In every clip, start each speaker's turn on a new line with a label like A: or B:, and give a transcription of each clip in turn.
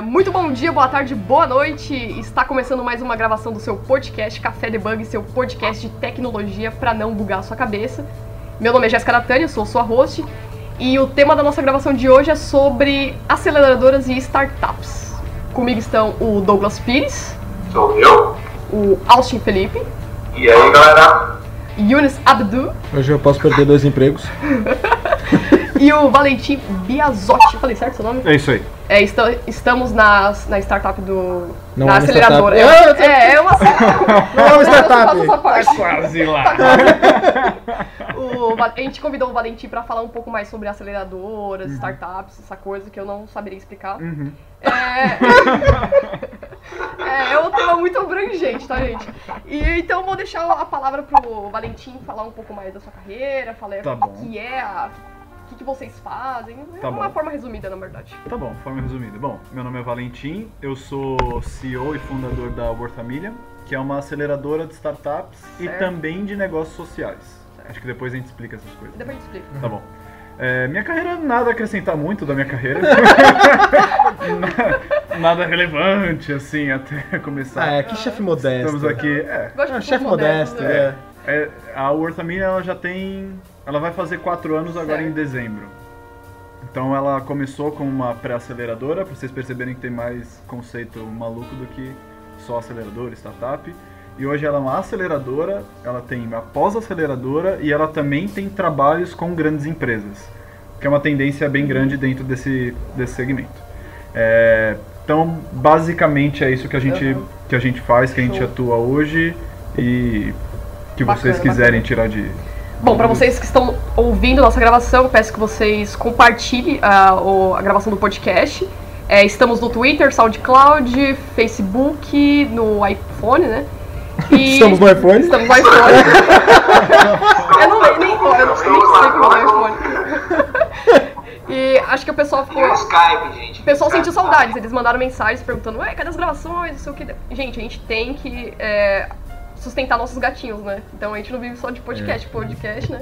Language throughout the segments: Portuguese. A: Muito bom dia, boa tarde, boa noite. Está começando mais uma gravação do seu podcast Café Debug, seu podcast de tecnologia para não bugar a sua cabeça. Meu nome é Jéssica Natânia, sou sua host, e o tema da nossa gravação de hoje é sobre aceleradoras e startups. Comigo estão o Douglas Pires,
B: Sou eu.
A: o Austin Felipe,
B: E aí, galera?
A: Yunus Abdu
C: Hoje eu posso perder dois empregos.
A: e o Valentim Biazotti. Falei certo seu nome?
C: É isso aí.
A: É, esta- estamos na, na startup do.
C: Não
A: na
C: é uma
A: aceleradora.
C: startup.
A: É, é, é uma
C: Não é uma
A: Eu faço essa
C: startup.
A: parte.
D: Tá
A: Tá
D: Quase lá.
A: O Va- a gente convidou o Valentim pra falar um pouco mais sobre aceleradoras,
D: Uhum.
A: startups, essa coisa que eu não saberia explicar. É... é, é um tema muito abrangente, tá, gente? E então vou deixar a palavra pro Valentim falar um pouco mais da sua carreira, falar
D: Tá
A: o
D: bom.
A: que é, a- o que, que vocês fazem, de
D: Tá
A: uma
D: bom.
A: forma resumida, na verdade.
D: Tá bom, forma resumida. Bom, meu nome é Valentim, eu sou CEO e fundador da Worth a Million, que é uma aceleradora de startups
A: Certo.
D: e também de negócios sociais. Acho que depois a gente explica essas coisas.
A: Depois a gente explica.
D: Tá bom. É, minha carreira, nada a acrescentar muito da minha carreira. Na- nada relevante, assim, até começar.
C: Ah, é, que chefe modesto.
D: Estamos aqui. É,
A: Eu acho
C: É,
A: que
C: chefe
A: somos modestos,
C: modesto,
A: né?
C: é.
D: é, a Worth a Million, ela já tem. Ela vai fazer quatro anos agora
A: Certo.
D: em dezembro. Então ela começou com uma pré-aceleradora, pra vocês perceberem que tem mais conceito maluco do que só aceleradora, startup. E hoje ela é uma aceleradora, ela tem uma pós-aceleradora e ela também tem trabalhos com grandes empresas, que é uma tendência bem grande dentro desse, desse segmento. É, então, basicamente é isso que a gente,
A: Uhum.
D: que a gente faz, que a gente
A: Show.
D: atua hoje e que vocês
A: Bacana,
D: quiserem tirar de.
A: Bom, para vocês que estão ouvindo nossa gravação, eu peço que vocês compartilhem a, o- a gravação do podcast. É, estamos no Twitter, SoundCloud, Facebook, no iPhone, né? E
C: Estamos no iPhone.
A: Estamos no iPhone. eu não nem, nem, eu não- eu nem sei como é o iPhone. e acho que o pessoal
B: E o
A: ficou.
B: Skype, gente.
A: O pessoal sentiu saudades, eles mandaram mensagens perguntando, ué, cadê as gravações? Não sei o que. Gente, a gente tem que é, sustentar nossos gatinhos, né? Então a gente não vive só de podcast, podcast, né?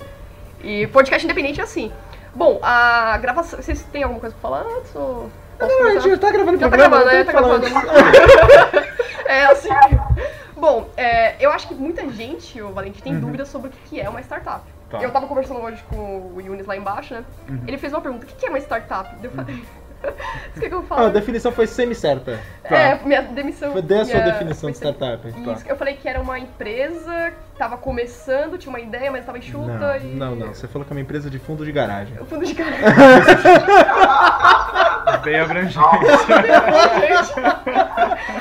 A: E podcast independente é assim. Bom, a gravação. Vocês têm alguma coisa pra falar antes? Ou... posso
C: Não, a
A: começar?
C: gente já tá gravando o
A: Já tá
C: programa.
A: gravando, né? Tá
C: não tem o que
A: gravando.
C: falar.
A: é assim. Bom, é, eu acho que muita gente, o Valente,
C: Uhum.
A: tem dúvidas sobre o que que é uma startup.
D: Tá.
A: Eu tava conversando hoje com o Yunis lá embaixo, né?
C: Uhum.
A: Ele fez uma pergunta: o que que é uma startup? Daí Eu falei. Isso que, é que eu
C: Ah,
A: falo?
C: a definição foi semi-certa.
A: É, minha demissão.
C: Foi dessa a
A: minha-
C: definição de startup. então.
A: Isso, eu falei que era uma empresa que tava começando, tinha uma ideia, mas tava enxuta e.
C: Não, não, não. Você falou que é uma empresa de fundo de garagem.
A: O fundo de cara.
D: Bem abrangente.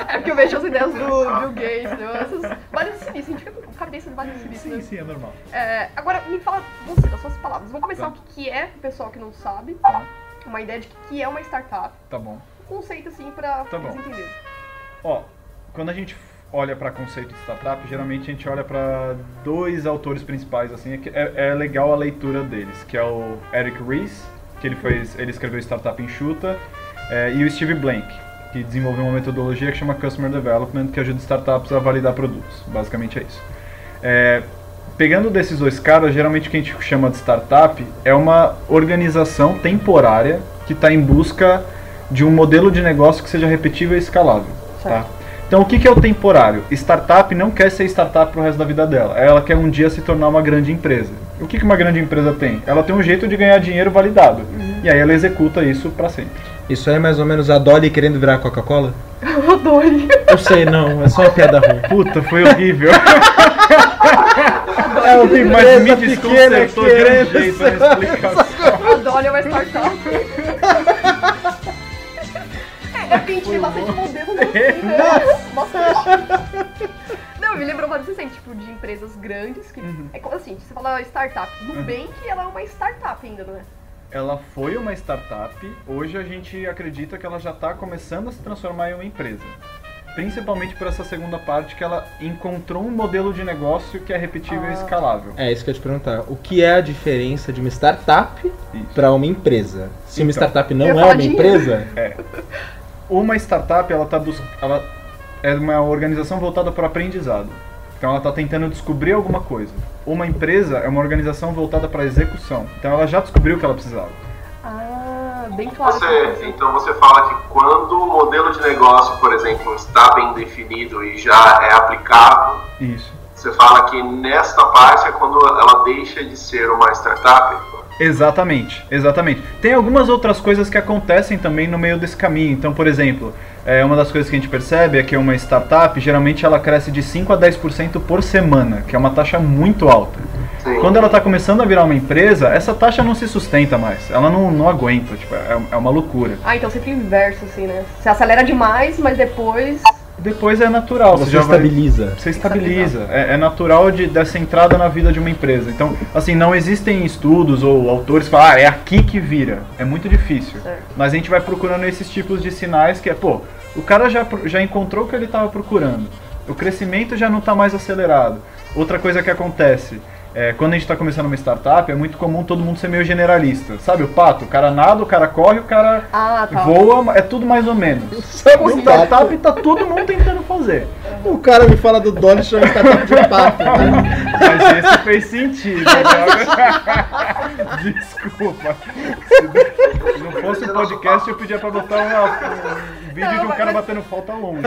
A: é porque eu vejo as ideias do Bill Gates, né? Essas. Vários sinistros, a gente fica com tipo, cabeça de vários sinistros.
D: sim,
A: né?
D: sim, é normal.
A: É, agora, me fala você, das suas palavras. Vamos começar
D: Tá.
A: o que, que é, pro pessoal que não sabe,
D: Tá.
A: uma ideia de o que, que é uma startup.
D: Tá bom.
A: Um conceito assim pra
D: Tá
A: vocês
D: bom.
A: entenderem.
D: Ó, quando a gente olha para conceito de startup, geralmente a gente olha para dois autores principais, assim, é que- é, é legal a leitura deles, que é o Eric Ries, que ele fez, ele escreveu Startup Enxuta, é, e o Steve Blank, que desenvolveu uma metodologia que chama Customer Development, que ajuda startups a validar produtos. Basicamente é isso. É, pegando desses dois caras, geralmente o que a gente chama de startup é uma organização temporária que está em busca de um modelo de negócio que seja repetível e escalável. Tá? Então, o que que é o temporário? Startup não quer ser startup pro resto da vida dela. Ela quer um dia se tornar uma grande empresa. O que, que uma grande empresa tem? Ela tem um jeito de ganhar dinheiro validado. E aí ela executa isso para sempre.
C: Isso aí é mais ou menos a Dolly querendo virar Coca-Cola?
A: Eu adorei.
C: Eu sei, não. É só uma piada ruim.
D: Puta, foi horrível.
C: É uma
D: Mas me
C: empresa pequena é
D: desconcertou de um
C: querendo
D: jeito na explicação.
A: A Dolly é uma startup. é, de repente, tem bastante modelo no fim, né? Bastante. Não, me lembrou bastante, assim, tipo, de empresas grandes que... É como assim, você fala startup. Nubank, ela é uma startup ainda, não é?
D: Ela foi uma startup, hoje a gente acredita que ela já está começando a se transformar em uma empresa. Principalmente por essa segunda parte que ela encontrou um modelo de negócio que é repetível
A: Ah.
D: e escalável.
C: É isso que eu ia te perguntar. O que é a diferença de uma startup
D: Isso.
C: pra uma empresa? Se uma
D: Então.
C: startup
A: Eu ia
C: não é
A: falar
C: uma
A: de-
C: empresa,
D: Uma startup, ela tá bus... ela é uma organização voltada para o aprendizado. Então ela está tentando descobrir alguma coisa. Uma empresa é uma organização voltada para execução. Então ela já descobriu o que ela precisava.
A: Ah, bem claro.
B: Você, então você fala que quando o modelo de negócio, por exemplo, está bem definido e já é aplicável,
D: Isso.
B: você fala que nesta parte é quando ela deixa de ser uma startup.
D: Exatamente, exatamente. Tem algumas outras coisas que acontecem também no meio desse caminho. Então, por exemplo, é, uma das coisas que a gente percebe é que uma startup, geralmente ela cresce de 5 a 10% por semana, que é uma taxa muito alta.
B: Sim.
D: Quando ela está começando a virar uma empresa, essa taxa não se sustenta mais. Ela não, não aguenta, tipo, é, é uma loucura.
A: Ah, então sempre inverso, assim, né? Você acelera demais, mas depois.
D: Depois é natural,
C: Você
D: já vai-
C: estabiliza.
D: Você estabiliza. É, é natural de, dessa entrada na vida de uma empresa. Então, assim, não existem estudos ou autores que falam, ah, é aqui que vira. É muito difícil.
A: Certo.
D: Mas a gente vai procurando esses tipos de sinais que é, pô, o cara já, pro- já encontrou o que ele estava procurando. O crescimento já não está mais acelerado. Outra coisa que acontece. é, quando a gente está começando uma startup, é muito comum todo mundo ser meio generalista. Sabe o pato? O cara nada, o cara corre, o cara
A: Ah, tá.
D: voa, é tudo mais ou menos.
C: Sabe
D: Com
C: o
D: startup tá todo mundo tentando fazer.
C: O cara me fala do Dolly chama startup de pato. né?
D: Mas esse fez sentido. né? Desculpa. Se não fosse o podcast, eu pedia pra botar uma- um vídeo
A: Não,
D: de um cara
A: mas-
D: batendo falta longe.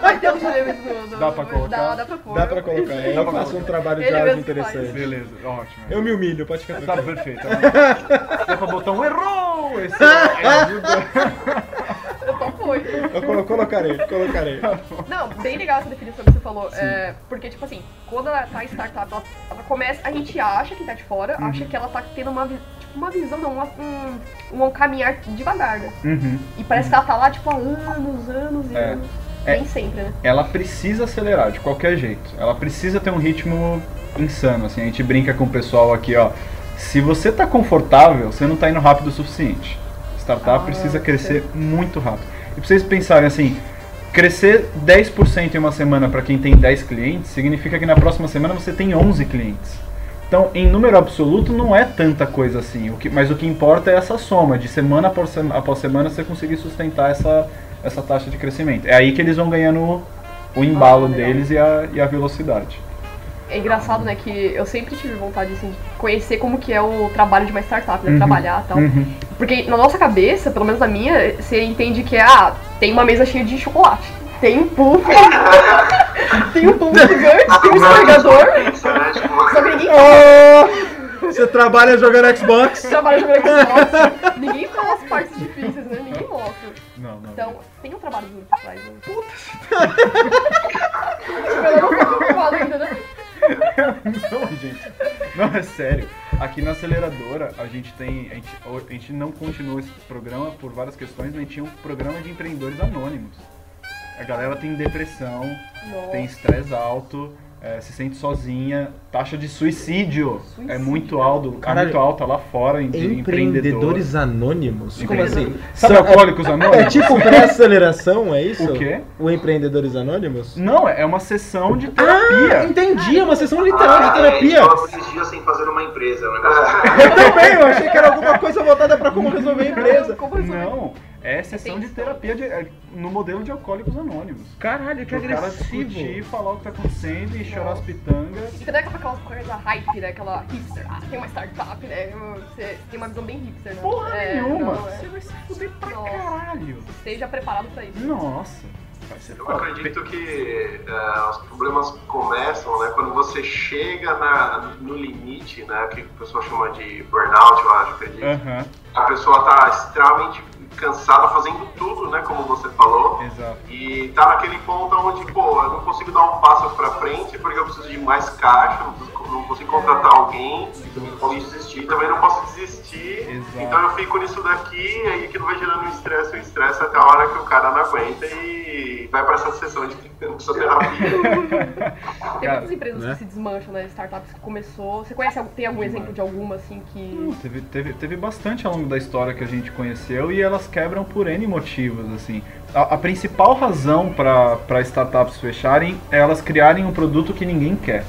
A: Vai ter os memes no, no-
D: Dá pra
A: no-
D: colocar?
A: Dá, dá pra pôr.
C: Dá pra colocar,
D: Dá
C: eu
D: pra
C: faço um trabalho de
A: Ele
C: áudio
A: mesmo
C: interessante.
D: Beleza, ótimo.
C: Eu me humilho, pode ficar
D: Tá
C: tranquilo.
D: perfeito. tá bom. Dá pra botar um errou! Esse ajuda.
A: Opa, foi.
C: Eu colo- colocarei, colocarei.
A: Não, bem legal essa definição que você falou. É, porque, tipo assim, quando ela tá startup, ela, ela começa, a gente acha que tá de fora,
D: Uhum.
A: acha que ela tá tendo uma, vi- tipo, uma visão, não, uma- um, um caminhar devagar, né?
D: Uhum.
A: E parece que ela tá lá, tipo, há anos, anos e
D: É.
A: anos.
D: É.
A: Nem sempre, né?
D: ela precisa acelerar de qualquer jeito. Ela precisa ter um ritmo insano, assim. A gente brinca com o pessoal aqui, ó. Se você tá confortável, você não tá indo rápido o suficiente. Startup
A: Ah,
D: precisa crescer muito rápido. E pra vocês pensarem assim, crescer 10% em uma semana para quem tem 10 clientes, significa que na próxima semana você tem 11 clientes. Então, em número absoluto, não é tanta coisa assim. O que, mas o que importa é essa soma, de semana após semana, após semana você conseguir sustentar essa, essa taxa de crescimento. É aí que eles vão ganhando o- o embalo
A: Ah, legal.
D: deles e a, e a velocidade.
A: É engraçado, né, que eu sempre tive vontade, assim, de conhecer como que é o trabalho de uma startup, né? Trabalhar e tal.
D: Uhum.
A: Porque na nossa cabeça, pelo menos na minha, você entende que ah, tem uma mesa cheia de chocolate. Tem um puff. tem um puff gigante, tem um escorregador. Só
B: ah,
A: que ninguém
C: Você trabalha jogando Xbox?
A: trabalha jogando Xbox. Ninguém fala as partes difíceis, né? Ninguém mostra.
D: Não, não.
A: Então, tem um trabalho duro por trás, né? Puta! tipo, eu não falo ainda, né?
D: Não, gente. Não, é sério. Aqui na aceleradora, a gente tem. A gente, a gente não continuou esse programa por várias questões, mas tinha um programa de empreendedores anônimos. A galera tem depressão,
A: Nossa.
D: tem estresse alto, é, se sente sozinha, taxa de suicídio,
A: Suicídio.
D: é muito alto, é
C: Caralho.
D: muito alta lá fora em de empreendedores.
C: Empreendedores anônimos? Como assim?
D: Empreendedores. Sabe
C: São-
D: alcoólicos anônimos?
C: É tipo pré-aceleração, é isso?
D: O quê?
C: O Empreendedores Anônimos?
D: Não, é uma sessão
C: Ah,
D: de terapia.
C: entendi, é uma sessão literal de terapia.
B: esses dias sem fazer uma empresa, então, é um negócio.
C: Eu também, eu achei que era alguma coisa voltada pra como resolver a empresa.
A: Como resolver?
D: Não, é sessão de terapia de- é, no modelo de alcoólicos anônimos.
C: Caralho, que
D: Pro cara discutir,
C: agressivo.
D: falar o que tá acontecendo e chorar as
A: Nossa.
D: pitangas.
A: E também é aquela coisa hype, né? Aquela hipster. Ah, tem uma startup, né? Você tem uma visão bem hipster, né?
D: Porra
A: É,
D: nenhuma!
A: não, é.
D: Você vai se fuder pra
A: Nossa.
D: caralho!
A: Esteja preparado pra isso.
D: Nossa! Vai ser
B: Eu
D: foda.
B: acredito que eh, os problemas começam né, quando você chega na- no limite, né, que a pessoa chama de burnout, eu acho, acredito.
D: Aham,
B: A pessoa está extremamente cansada fazendo tudo, né, como você falou,
D: exato.
B: e tá naquele ponto onde, pô, eu não consigo dar um passo para frente porque eu preciso de mais caixa, não consigo- não consigo contratar alguém, não posso desistir, também não posso desistir,
D: Exato.
B: então eu fico nisso daqui, aí aquilo vai gerando um estresse, um estresse até a hora que o cara não aguenta e vai para essa sessão de terapia.
A: Tem
D: Cara,
A: muitas empresas
C: né?
A: que se desmancham, né? Startups que começou. Você conhece, algum- tem algum exemplo de alguma, assim,
D: Não,
A: que...
D: teve, teve, teve bastante ao longo da história que a gente conheceu e elas quebram por N motivos, assim. A, a principal razão para startups fecharem é elas criarem um produto que ninguém quer.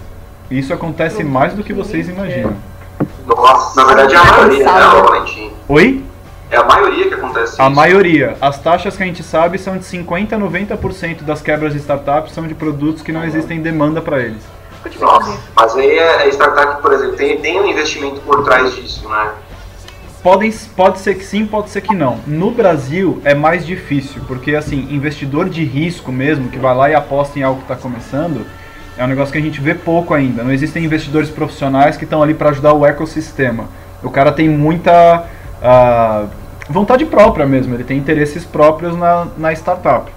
D: E isso acontece
A: Produto
D: mais do que
A: que
D: vocês
A: ninguém
D: imaginam.
B: Nossa, na verdade é a maioria, né, Valentim?
D: Oi?
B: É a maioria que acontece
D: A
B: isso.
D: maioria. As taxas que a gente sabe são de 50% a 90% das quebras de startups são de produtos que não existem demanda para eles.
A: Fica difícil
B: Nossa,
A: disso.
B: mas aí é, é startup, por exemplo, tem, tem um investimento por trás disso, né?
D: podem, pode ser que sim, pode ser que não. No Brasil é mais difícil, porque assim, investidor de risco mesmo, que vai lá e aposta em algo que está começando, é um negócio que a gente vê pouco ainda. Não existem investidores profissionais que estão ali para ajudar o ecossistema. O cara tem muita ah, vontade própria mesmo, ele tem interesses próprios na, na startup.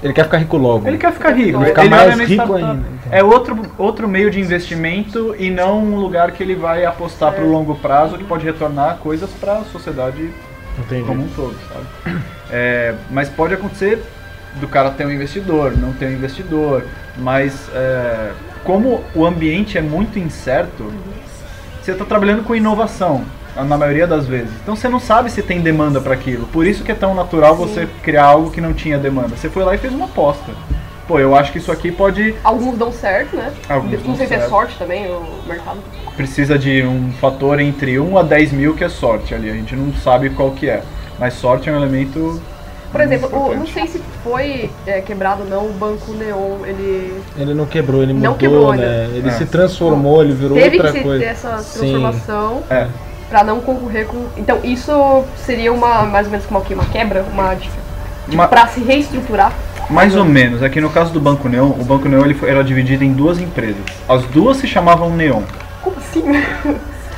C: Ele quer ficar rico logo.
D: Ele quer ficar rico,
C: Ele
D: ele,
C: vai ficar mais
D: olha na
C: rico
D: startup.
C: ainda, então.
D: É outro, outro meio de investimento e não um lugar que ele vai apostar para o longo prazo que pode retornar coisas para a sociedade como
C: Entendi.
D: um todo, sabe? É, mas pode acontecer do cara ter um investidor, não ter um investidor, mas é, como o ambiente é muito incerto, você está trabalhando com inovação na maioria das vezes. Então você não sabe se tem demanda para aquilo. Por isso que é tão natural você criar algo que não tinha demanda. Você foi lá e fez uma aposta. Pô, eu acho que isso aqui pode
A: Alguns dão certo, né?
D: Alguns
A: não
D: dão
A: sei se é
D: certo.
A: sorte também, o mercado.
D: precisa de um fator entre 1 a 10 mil que é sorte ali. A gente não sabe qual que é. Mas sorte é um elemento.
A: Por exemplo,
C: é
D: muito
A: o- não
D: importante.
A: sei se foi é, quebrado ou não, o Banco Neon, ele
C: Ele não quebrou, ele
A: Não
C: mudou,
A: quebrou,
C: né? Ele
D: É.
C: se transformou, ele virou
A: teve
C: outra
A: que se-
C: coisa.
A: ter essa
C: Sim.
A: transformação
D: É.
A: pra não concorrer com... Então isso seria uma, mais ou menos como o quê? Uma quebra? Uma... Tipo,
D: Uma-
A: pra se reestruturar.
D: Mais ou menos. Aqui no caso do Banco Neon, o Banco Neon ele foi- era dividido em duas empresas. As duas se chamavam Neon.
A: Como assim?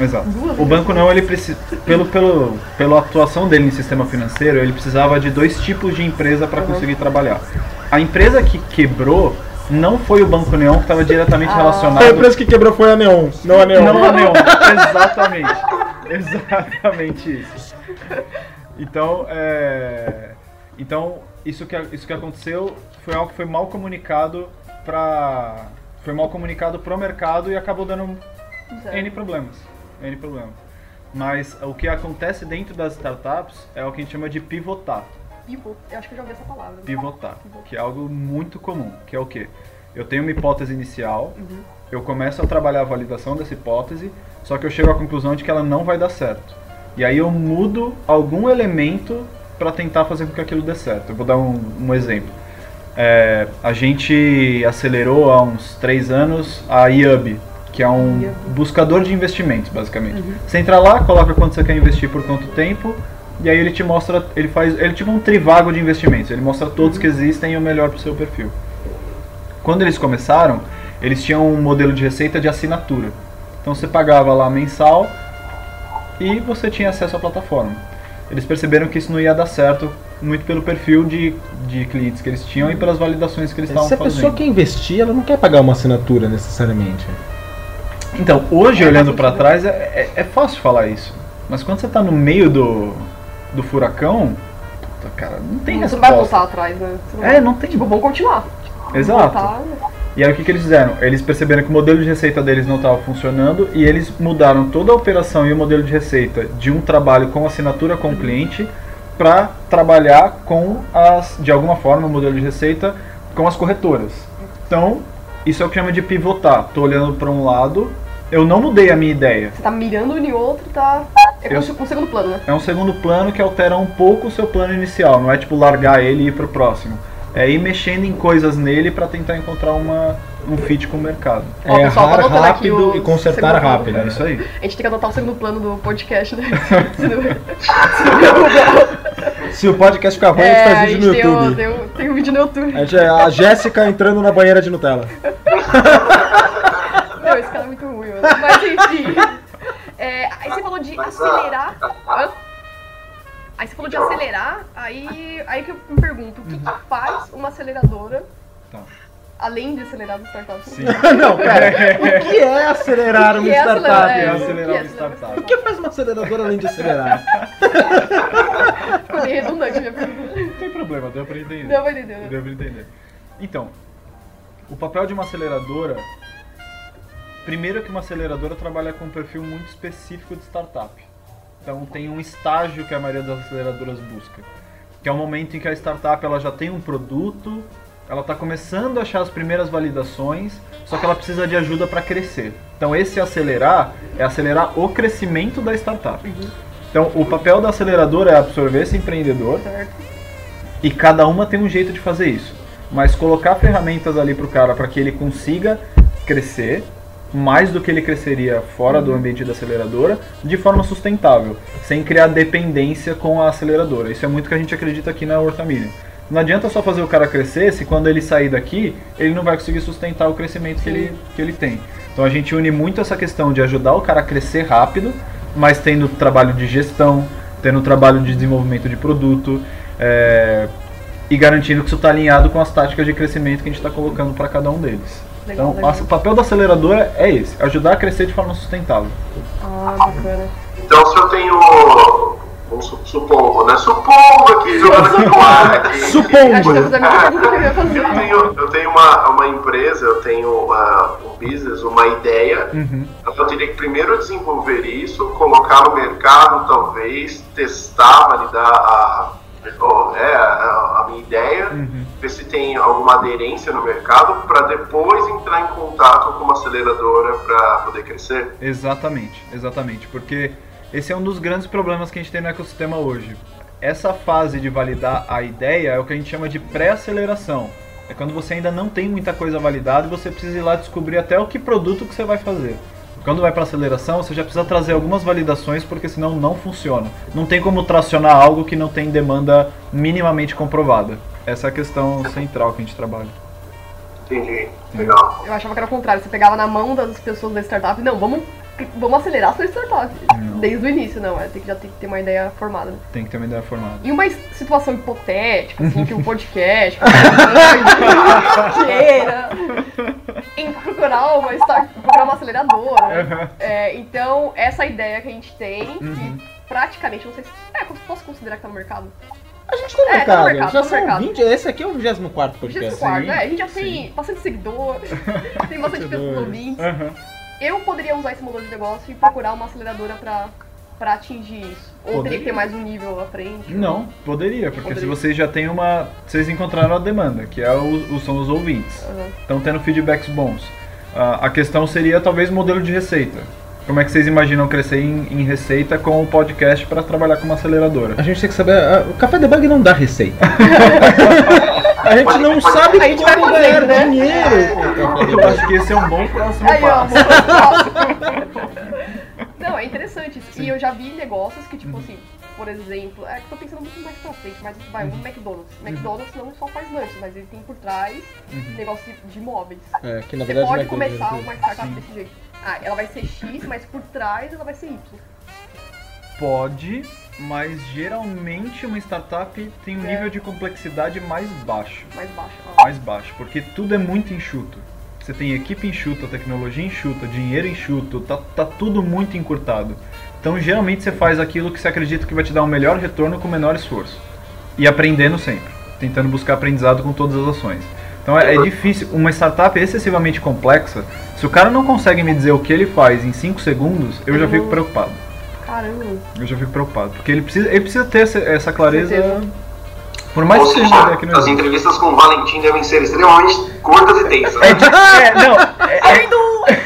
D: Exato.
A: Duas
D: O Banco Neon, ele precisa, pelo, pelo, pela atuação dele no sistema financeiro, ele precisava de dois tipos de empresa para conseguir trabalhar. A empresa que quebrou não foi o Banco Neon que estava diretamente relacionado
C: A empresa que quebrou foi a Neon, não a Neon.
D: não a neon. Exatamente. Exatamente isso. Então, é... Então, isso que, isso que aconteceu foi algo que foi mal comunicado pra... Foi mal comunicado pro mercado e acabou dando
A: Tá.
D: N problemas. N problemas. Mas o que acontece dentro das startups é o que a gente chama de pivotar
A: Pivô. Eu acho que eu já ouvi essa palavra.
D: pivotar, que é algo muito comum, que é o quê? Eu tenho uma hipótese inicial, eu começo a trabalhar a validação dessa hipótese, só que eu chego à conclusão de que ela não vai dar certo. E aí eu mudo algum elemento para tentar fazer com que aquilo dê certo. Eu vou dar um, um exemplo. É, a gente acelerou há uns três anos a IUB, que é um
A: IUB.
D: buscador de investimentos, basicamente. Você entra lá, coloca quanto você quer investir por quanto tempo, e aí ele te mostra, ele faz, ele é tipo um trivago de investimentos, ele mostra todos que existem e o melhor pro seu perfil. Quando eles começaram, eles tinham um modelo de receita de assinatura. Então você pagava lá mensal e você tinha acesso à plataforma. Eles perceberam que isso não ia dar certo, muito pelo perfil de, de clientes que eles tinham e pelas validações que eles estavam
C: Se a pessoa
D: fazendo.
C: quer investir, ela não quer pagar uma assinatura necessariamente.
D: Então, hoje,
A: É,
D: olhando
A: faz
D: pra
A: sentido.
D: trás, é, é- é fácil falar isso. Mas quando você tá no meio do, do furacão, puta, cara, não tem
A: Você não vai
D: resposta.
A: voltar atrás, né? Você não
D: é,
A: vai-
D: não tem.
A: Tipo, vamos continuar.
D: Exato.
A: Voltar,
D: E aí o que, que eles fizeram? Eles perceberam que o modelo de receita deles não estava funcionando e eles mudaram toda a operação e o modelo de receita de um trabalho com assinatura com o cliente para trabalhar com as, de alguma forma, o modelo de receita com as corretoras. Então, isso é o que chama de pivotar. Tô olhando para um lado, eu não mudei a minha ideia.
A: Você tá mirando em outro, tá... É como
D: Eu-
A: se- um segundo plano, né?
D: É um segundo plano que altera um pouco o seu plano inicial, não é tipo largar ele e ir pro próximo. É ir mexendo em coisas nele para tentar encontrar uma, um fit com o mercado.
A: Ó,
C: é
A: pessoal, tá
C: errar
A: anotando aqui
C: rápido
A: o
C: e consertar
A: segundo
C: rápido.
D: É isso aí.
A: A gente tem que adotar o segundo plano do podcast, né? Senão-
C: Se o podcast ficar ruim, a gente faz vídeo no
A: tem, um,
C: YouTube.
A: tem, um, tem um vídeo no YouTube.
C: A, gente é a Jéssica entrando na banheira de Nutella.
A: Não, esse cara é muito ruim, mano. Mas enfim. É, aí você falou de acelerar. Hã? Aí você falou de acelerar, aí, aí que eu me pergunto, o que, que faz uma aceleradora,
D: Tá.
A: além de acelerar as startups?
D: Sim.
C: não, cara. O que é acelerar
A: O
C: uma
A: que é
C: startup?
A: acelerar? É,
D: startup.
A: o que é acelerar uma
C: O que faz uma aceleradora além de acelerar?
A: Ficou meio é redundante a minha pergunta.
D: Não tem problema, deu pra entender.
A: Não, mas entendeu. né?
D: Deu pra entender. Então, o papel de uma aceleradora. Primeiro que uma aceleradora trabalha com um perfil muito específico de startup. Então tem um estágio que a maioria das aceleradoras busca. Que é o momento em que a startup ela já tem um produto, ela está começando a achar as primeiras validações, só que ela precisa de ajuda para crescer. Então esse acelerar é acelerar o crescimento da startup. Então o papel da aceleradora é absorver esse empreendedor,
A: Certo.
D: e cada uma tem um jeito de fazer isso. Mas colocar ferramentas ali pro cara para que ele consiga crescer mais do que ele cresceria fora do ambiente da aceleradora de forma sustentável, sem criar dependência com a aceleradora. Isso é muito que a gente acredita aqui na Hortamillion. Não adianta só fazer o cara crescer se quando ele sair daqui ele não vai conseguir sustentar o crescimento que ele, que ele tem. Então a gente une muito essa questão de ajudar o cara a crescer rápido, mas tendo trabalho de gestão, tendo trabalho de desenvolvimento de produto é, e garantindo que isso está alinhado com as táticas de crescimento que a gente está colocando para cada um deles.
A: Legal,
D: Então,
A: legal.
D: a- o papel da aceleradora é esse, ajudar a crescer de forma sustentável.
A: Ah, bacana.
B: Então se eu tenho. Vamos su- supondo, né? Supondo aqui, jogando aqui no ar. aqui.
A: Acho que
C: Supongo!
A: essa é a mesma pergunta que eu ia fazer.
B: Eu tenho, eu tenho uma, uma empresa, eu tenho ah, um business, uma ideia. Então, eu teria que primeiro desenvolver isso, colocar no mercado, talvez, testar, validar a, oh, é, a, a minha ideia, ver se tem alguma aderência no mercado, para depois entrar em contato com uma aceleradora para poder crescer.
D: Exatamente, exatamente, porque esse é um dos grandes problemas que a gente tem no ecossistema hoje. Essa fase de validar a ideia é o que a gente chama de pré-aceleração. É quando você ainda não tem muita coisa validada e você precisa ir lá descobrir até o que produto que você vai fazer. Quando vai para aceleração, você já precisa trazer algumas validações porque senão não funciona. Não tem como tracionar algo que não tem demanda minimamente comprovada. Essa é a questão central que a gente trabalha.
B: Entendi. Legal.
A: Eu achava que era o contrário, você pegava na mão das pessoas da startup, não, vamos, vamos acelerar a sua startup. Desde o início, não, é, tem que já tem que ter uma ideia formada.
D: Tem que ter uma ideia formada.
A: Em uma es- situação hipotética, assim, que um podcast, uma queira, em procurar uma, sta- procurar uma aceleradora. É, então, essa ideia que a gente tem, que praticamente, não sei se. É, posso considerar que tá no mercado?
C: A gente tá no
A: É, tá no
C: mercado,
A: mercado, tá
C: já
A: no
C: são
A: mercado.
C: 20. Esse aqui é o 24
A: Gente,
C: podcast.
A: quarto,
D: sim,
A: né? A gente já tem bastante seguidor, tem bastante pessoas ouvintes.
D: Aham.
A: Eu poderia usar esse modelo de negócio e procurar uma aceleradora pra, pra atingir isso. Ou teria que
D: Poderia.
A: ter mais um nível à frente.
D: Não, poderia, porque
A: Poderia.
D: se vocês já têm uma. Vocês encontraram a demanda, que é o, o- são os ouvintes.
A: Aham.
D: Estão tendo feedbacks bons. Ah, a questão seria talvez modelo de receita. Como é que vocês imaginam crescer em, em receita com o podcast para trabalhar com uma aceleradora?
C: A gente tem que saber. ah, O café debug não dá receita. a gente não sabe
A: A gente vai
C: como
A: fazendo,
C: ganhar
A: né?
C: dinheiro com o café
D: Eu
C: debug.
D: acho que esse é um bom próximo
A: Aí, ó,
D: passo.
A: vamos- Não, é interessante isso. E eu já vi negócios que,
C: Uhum.
A: tipo assim, por exemplo, é que eu tô pensando muito mais pra frente, mas vai,
C: Uhum.
A: um McDonald's. McDonald's não só faz lanches, mas ele tem por trás negócio de móveis.
C: É, que Uhum. na
A: Você
C: verdade
A: pode
C: não é
A: começar
C: coisa.
A: uma startup
D: Sim.
A: desse jeito. Ah, ela vai ser X, mas por trás ela vai ser Y.
D: Pode, mas geralmente uma startup tem um nível de complexidade mais baixo.
A: Mais baixo. Ah,
D: mais baixo, porque tudo é muito enxuto. Você tem equipe enxuta, tecnologia enxuta, dinheiro enxuto, tá, tá tudo muito encurtado. Então geralmente você faz aquilo que você acredita que vai te dar um melhor retorno com o menor esforço. E aprendendo sempre, tentando buscar aprendizado com todas as ações. Então é, é difícil, uma startup excessivamente complexa, se o cara não consegue me dizer o que ele faz em 5 segundos, eu já fico preocupado.
A: caramba.
D: Eu já fico preocupado, porque ele precisa, ele precisa ter né? essa, essa clareza,
A: certeza.
D: por mais
B: Ou
D: que seja uma ideia que
B: seja,
D: não
B: as
D: existe.
B: entrevistas com o Valentim devem ser extremamente curtas e tensas.
D: É de, é, não, é-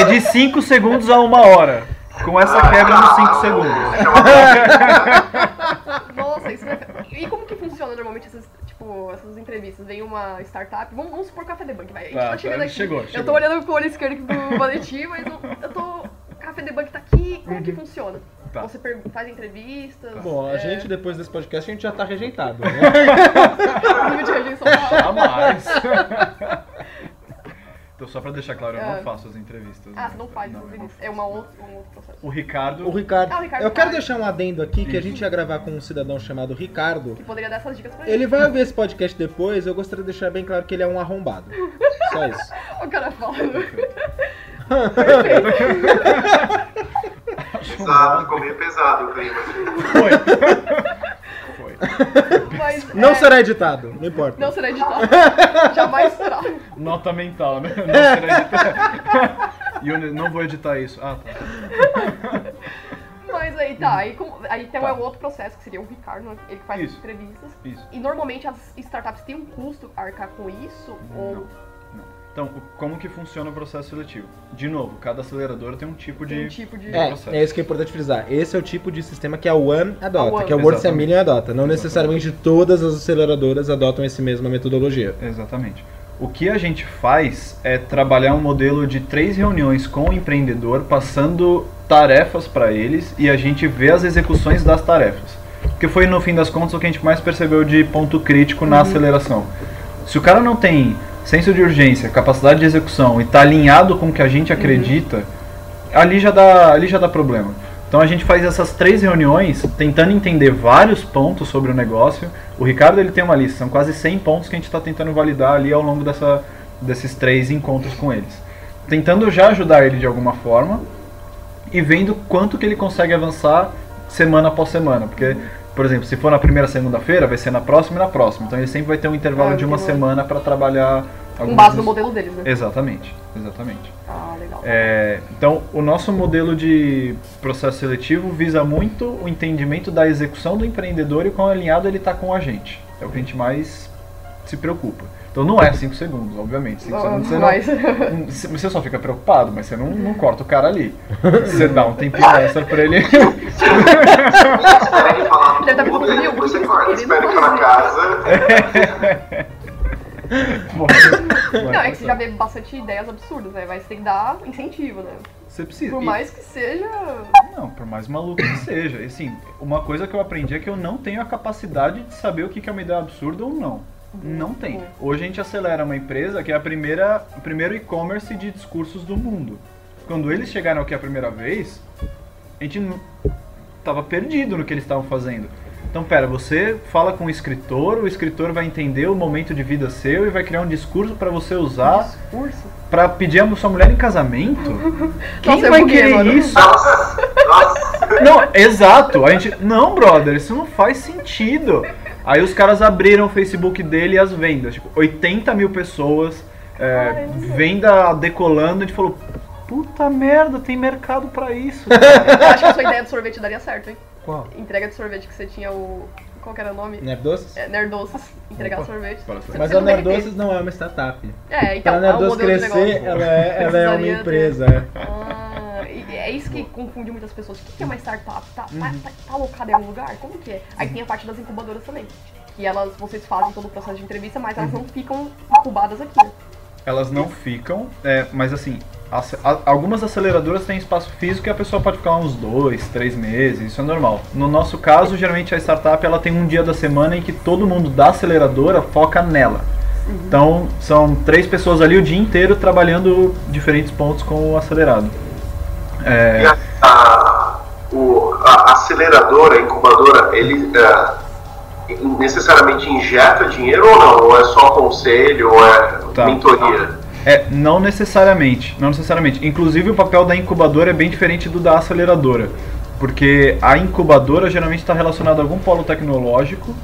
D: é, de 5 segundos a uma hora. Com essa quebra nos 5
B: Ah,
D: segundos.
B: é
A: Nossa, isso é... E como que funciona normalmente essas, tipo, essas entrevistas? Vem uma startup, vamos, vamos supor Café Debug, vai. A gente
D: Tá,
A: tá, chegando
D: tá,
A: aqui.
D: chegou,
A: Eu
D: chegou.
A: tô olhando pro olho esquerdo do Valentim, mas eu, eu tô. Café Debug tá aqui, como que funciona?
D: Tá.
A: Você per- faz entrevistas.
C: Bom, a
A: é,
C: gente depois desse podcast a gente já tá rejeitado. Né?
A: o nível de rejeição tá alto.
D: A mais. Então, só pra deixar claro, eu
A: É.
D: não faço as entrevistas.
A: Ah,
D: né?
A: você não faz
D: Não,
A: essas
D: eu não
A: entrevistas. É
D: faço.
A: uma outra, um outro processo.
D: O Ricardo.
C: O Ricardo.
A: Ah, o Ricardo
C: Eu quero
A: Fábio.
C: deixar um adendo aqui que a
D: Isso.
C: gente ia gravar com um cidadão chamado Ricardo.
A: Que poderia dar essas dicas pra gente.
C: Ele vai ouvir esse podcast depois, eu gostaria de deixar bem claro que ele é um arrombado. Só isso.
A: O cara falando.
B: é Pesado, ficou meio pesado o clima.
D: Foi. Foi.
A: Mas,
C: Não
A: é,
C: será editado, não importa.
A: Não será editado. Jamais será.
D: Nota mental, né? Não será editado. E eu não vou editar isso. Ah, tá.
A: Mas aí tá, aí, como- aí então
D: Tá.
A: é um outro processo, que seria o Ricardo, né? ele que faz
D: Isso.
A: entrevistas.
D: Isso.
A: E normalmente as startups têm um custo arcar com isso? Ou
D: Então, o- como que funciona o processo seletivo? De novo, cada acelerador tem um tipo
A: tem um
D: de.
A: tipo de.
C: É,
D: processo.
C: é isso que é importante frisar. Esse é o tipo de sistema que a One adota,
A: A One.
C: que a World
D: Exatamente.
C: Family adota. Não necessariamente todas as aceleradoras adotam essa mesma metodologia.
D: Exatamente. O que a gente faz é trabalhar um modelo de três reuniões com o empreendedor, passando tarefas para eles e a gente vê as execuções das tarefas. Que foi no fim das contas o que a gente mais percebeu de ponto crítico na aceleração. Se o cara não tem senso de urgência, capacidade de execução e tá alinhado com o que a gente acredita, ali já dá, ali já dá problema. Então a gente faz essas três reuniões tentando entender vários pontos sobre o negócio. O Ricardo ele tem uma lista, são quase 100 pontos que a gente está tentando validar ali ao longo dessa, desses três encontros com eles. Tentando já ajudar ele de alguma forma e vendo quanto que ele consegue avançar semana após semana. Porque, por exemplo, se for na primeira segunda-feira, vai ser na próxima e na próxima. Então ele sempre vai ter um intervalo
A: Ah,
D: de uma
A: entendi.
D: semana para trabalhar...
A: Com
D: alguns
A: base no
D: dos-
A: modelo deles, né?
D: Exatamente, exatamente.
A: Ah, legal.
D: É, então, o nosso modelo de processo seletivo visa muito o entendimento da execução do empreendedor e o quão alinhado ele está com a gente. É o que a gente mais se preocupa. Então, não é 5 segundos, obviamente. Cinco
A: Ah,
D: segundos você,
A: mas-
D: não, você só fica preocupado, mas você não, não corta o cara ali. Você dá um tempinho extra pra ele.
B: é Espera ele falar
A: Deve tá
B: tudo, né?
A: pensando, meu,
B: depois
A: por
B: você
A: que
B: corta.
A: ele não
B: Espera ele
A: vai
B: pra
A: ver?
B: casa.
A: Não, é que você já vê bastante ideias absurdas, né? Mas você tem que dar incentivo, né?
D: Você precisa.
A: Por
D: e-
A: mais que seja.
D: Não, por mais maluco que seja. E, Assim, uma coisa que eu aprendi é que eu não tenho a capacidade de saber o que que é uma ideia absurda ou não. Não tem. Hoje a gente acelera uma empresa que é a primeira, o primeiro e-commerce de discursos do mundo. Quando eles chegaram aqui a primeira vez, a gente não- tava perdido no que eles estavam fazendo. Então, pera, você fala com o escritor, o escritor vai entender o momento de vida seu e vai criar um discurso para você usar
A: Discurso.
D: para pedir a sua mulher em casamento? Quem
A: Nossa, eu
D: vai
A: buguei
D: querer
A: agora.
D: isso?
B: Nossa, nossa.
D: Não, exato. A gente. Não, brother, isso não faz sentido. Aí os caras abriram o Facebook dele e as vendas. Tipo, 80 mil pessoas, é, venda decolando. A gente falou: puta merda, tem mercado pra isso. cara."
A: Eu acho que a sua ideia de sorvete daria certo, hein?
C: Qual?
A: Entrega de sorvete que você tinha o. Qual que era o nome?
C: Nerd Doces?
A: É, Nerdoces. Entregar
D: Opa.
A: sorvete.
D: Bora,
A: Você
C: Mas
A: não
C: a
A: tem
C: Nerd
A: que ter.
C: Doces não é uma startup.
A: É,
C: Para
A: então,
C: a
A: é o
C: Nerd Doces
A: modelo de
C: crescer,
A: negócio.
C: ela é, ela é uma
A: Precisaria ter-
C: empresa. é.
A: Ah, e é isso que confunde muitas pessoas. O que que é uma startup? Tá, tá,
D: Uhum.
A: tá, tá alocada em algum lugar? Como que é? Aí tem a parte das incubadoras também. E elas, vocês fazem todo o processo de entrevista, mas
D: Uhum.
A: elas não ficam incubadas aqui. né?
D: Elas não ficam, é, mas assim, ace- a- algumas aceleradoras têm espaço físico e a pessoa pode ficar uns dois, três meses, isso é normal. No nosso caso, geralmente a startup ela tem um dia da semana em que todo mundo da aceleradora foca nela. Então são três pessoas ali o dia inteiro trabalhando diferentes pontos com o acelerado.
B: E a, a- Ah, o, a aceleradora, a incubadora, ele ah, necessariamente injeta dinheiro ou não? Ou é só conselho, ou é
D: Tá.
B: mentoria?
D: É, não necessariamente, não necessariamente. Inclusive o papel da incubadora é bem diferente do da aceleradora, porque a incubadora geralmente está relacionada a algum polo tecnológico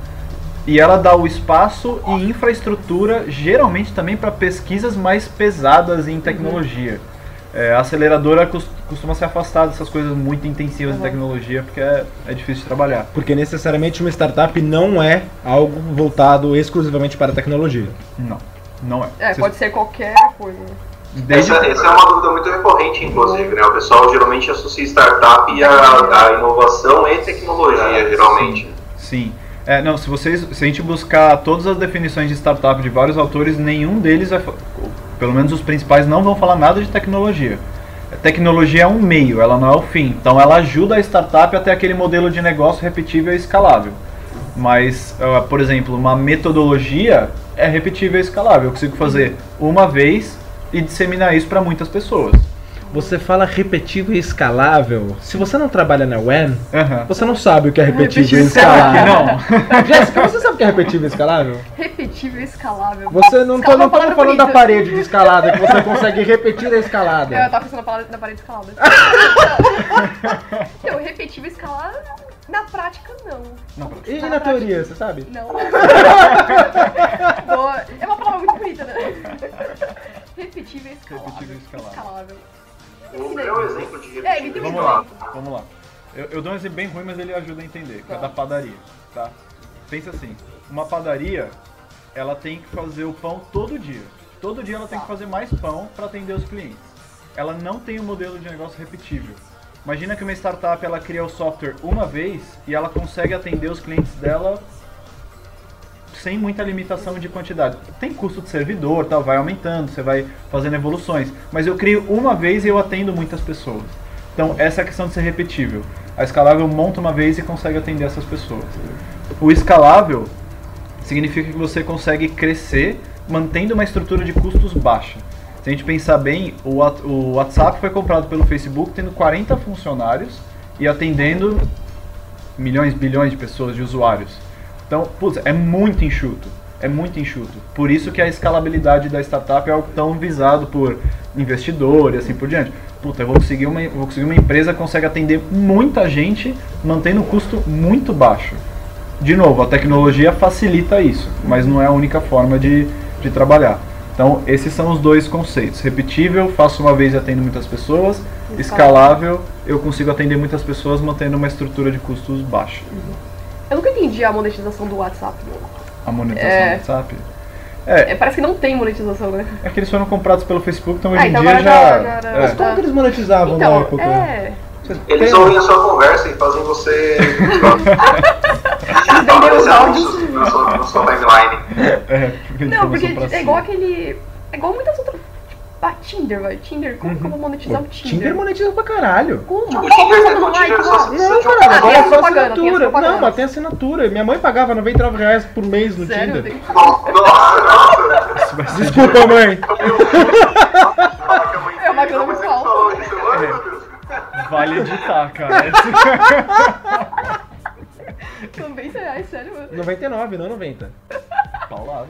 D: e ela dá o espaço e infraestrutura, geralmente também para pesquisas mais pesadas em tecnologia.
A: Uhum.
D: É, a aceleradora cos- costuma se afastar dessas coisas muito intensivas em
A: Uhum.
D: tecnologia, porque é, é difícil de trabalhar.
C: Porque necessariamente uma startup não é algo voltado exclusivamente para a tecnologia.
D: Não, não é.
A: É,
D: Vocês-
A: pode ser qualquer coisa. né?
D: desde-
B: Essa, essa é uma dúvida muito recorrente, inclusive, né? O pessoal geralmente associa startup à, à inovação e
D: É,
B: tecnologia, geralmente.
D: Sim. É, não, se vocês, se a gente buscar todas as definições de startup de vários autores, nenhum deles vai, fa- pelo menos os principais não vão falar nada de tecnologia. A Tecnologia é um meio, ela não é o fim. Então ela ajuda a startup até aquele modelo de negócio repetível e escalável. Mas, ah, por exemplo, uma metodologia é repetível e escalável. Eu consigo fazer uma vez e disseminar isso para muitas pessoas.
C: Você fala repetível e escalável. Se você não trabalha na WEN,
D: Aham.
C: você não sabe o que é repetível e
A: Repetível e escalável.
C: escalável.
D: Não.
C: Jéssica, você sabe o que é repetível e escalável?
A: Repetível e escalável.
C: Você
A: Escalável
C: não tá,
A: é
C: não
A: uma
C: tá
A: palavra
C: falando da
A: bonita.
C: parede de escalada, que você consegue repetir a escalada.
A: Eu tava pensando na palavra na parede escalada. então, repetível e escalável, na prática, não.
D: Não,
C: E na teoria, você sabe?
A: Não. Boa. É uma palavra muito bonita, né? Repetível e escalável.
D: Repetível e escalável.
A: Escalável.
B: O meu exemplo de
A: É, ele tem um
D: Vamos lá, vamos lá. Eu, eu dou um exemplo bem ruim, mas ele ajuda a entender, que é da padaria, tá? Pensa assim, uma padaria, ela tem que fazer o pão todo dia. Todo dia ela tem que fazer mais pão para atender os clientes. Ela não tem um modelo de negócio repetível. Imagina que uma startup, ela cria o software uma vez e ela consegue atender os clientes dela sem muita limitação de quantidade. Tem custo de servidor, tal, vai aumentando, você vai fazendo evoluções, mas eu crio uma vez e eu atendo muitas pessoas. Então, essa é a questão de ser repetível. A escalável monta uma vez e consegue atender essas pessoas. O escalável significa que você consegue crescer mantendo uma estrutura de custos baixa. Se a gente pensar bem, o WhatsApp foi comprado pelo Facebook tendo 40 funcionários e atendendo milhões, bilhões de pessoas, de usuários. Então, putz, é muito enxuto. É muito enxuto. Por isso que a escalabilidade da startup é algo tão visado por investidor e assim por diante. Puta, eu vou conseguir uma, vou conseguir uma empresa que consegue atender muita gente mantendo o custo muito baixo. De novo, a tecnologia facilita isso, mas não é a única forma de, de trabalhar. Então, esses são os dois conceitos. Repetível, faço uma vez e atendo muitas pessoas. Escalável, eu consigo atender muitas pessoas mantendo uma estrutura de custos baixa.
A: Eu nunca entendi a monetização do WhatsApp.
D: A monetização
A: É.
D: do WhatsApp.
A: É, parece que não tem monetização, né?
D: É que eles foram comprados pelo Facebook, então hoje
A: Ah,
D: em
A: então
D: dia
A: agora
D: já.
A: já- já-
D: é.
C: Mas como que eles monetizavam na
A: Então,
C: época?
A: é.
C: Vocês
B: Eles
C: têm-
B: ouvem a sua conversa e fazem você. Ah,
A: venderam os
B: fazer
A: áudios.
B: anúncios na sua, na sua timeline.
D: É, porque eles
A: Não, porque
D: começam pra
A: é igual
D: cima.
A: aquele. É igual muitas outras. Tipo, ah, Tinder, vai. Tinder, como
D: Uhum.
A: que eu vou monetizar o Tinder?
D: é
C: Tinder monetiza pra caralho.
A: Como?
B: Tipo,
A: Como
B: o
A: que eu
B: Tinder,
A: vou
B: o Tinder
A: monetizar?
B: só
C: Não,
B: precisa
C: cara,
A: Ah,
C: agora
A: tem
C: é
A: as
C: só
A: propagandas, tem as
C: assinatura. Não,
A: propagandas.
C: mas tem assinatura. Minha mãe pagava R$ 99 reais por mês no
A: Sério?
C: Tinder.
A: Tem-
B: Nossa, nossa!
D: Isso vai ser
C: Desculpa, mãe.
B: Fala que a mãe
A: É uma grana
B: não, mas ele
A: falsa.
B: falou isso, ai, meu Deus.
D: Vale editar, cara.
A: Também será, é sério, mano.
C: 99, não 90.
D: Paulada.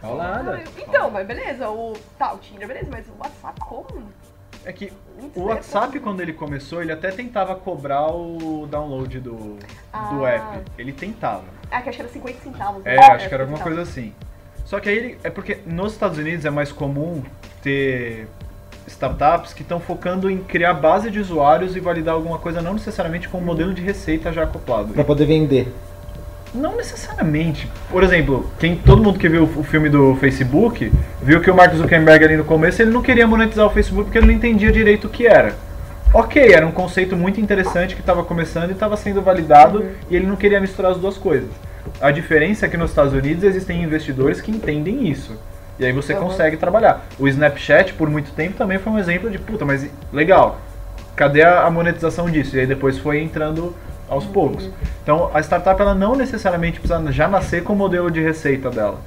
C: Paulada.
D: tipo,
A: Então, mas beleza, o. Tá, o Tinder, beleza, mas o WhatsApp como?
D: É que
A: Muito
D: o
A: bem.
D: WhatsApp, quando ele começou, ele até tentava cobrar o download do, do
A: Ah.
D: app. Ele tentava.
A: Ah, que acho que era 50 centavos. né?
D: É, acho que era alguma
A: 50
D: coisa assim. Só que aí ele, é porque nos Estados Unidos é mais comum ter startups que estão focando em criar base de usuários e validar alguma coisa, não necessariamente com um modelo de receita já acoplado.
C: Pra poder vender.
D: Não necessariamente. Por exemplo, quem, todo mundo que viu o filme do Facebook viu que o Mark Zuckerberg ali no começo ele não queria monetizar o Facebook porque ele não entendia direito o que era. Ok, era um conceito muito interessante que estava começando e estava sendo validado e ele não queria misturar as duas coisas. A diferença é que nos Estados Unidos existem investidores que entendem isso. E aí você
A: Aham.
D: consegue trabalhar. O Snapchat, por muito tempo, também foi um exemplo de puta, mas legal. Cadê a a monetização disso? E aí depois foi entrando aos poucos. Então a startup ela não necessariamente precisa já nascer com o modelo de receita dela.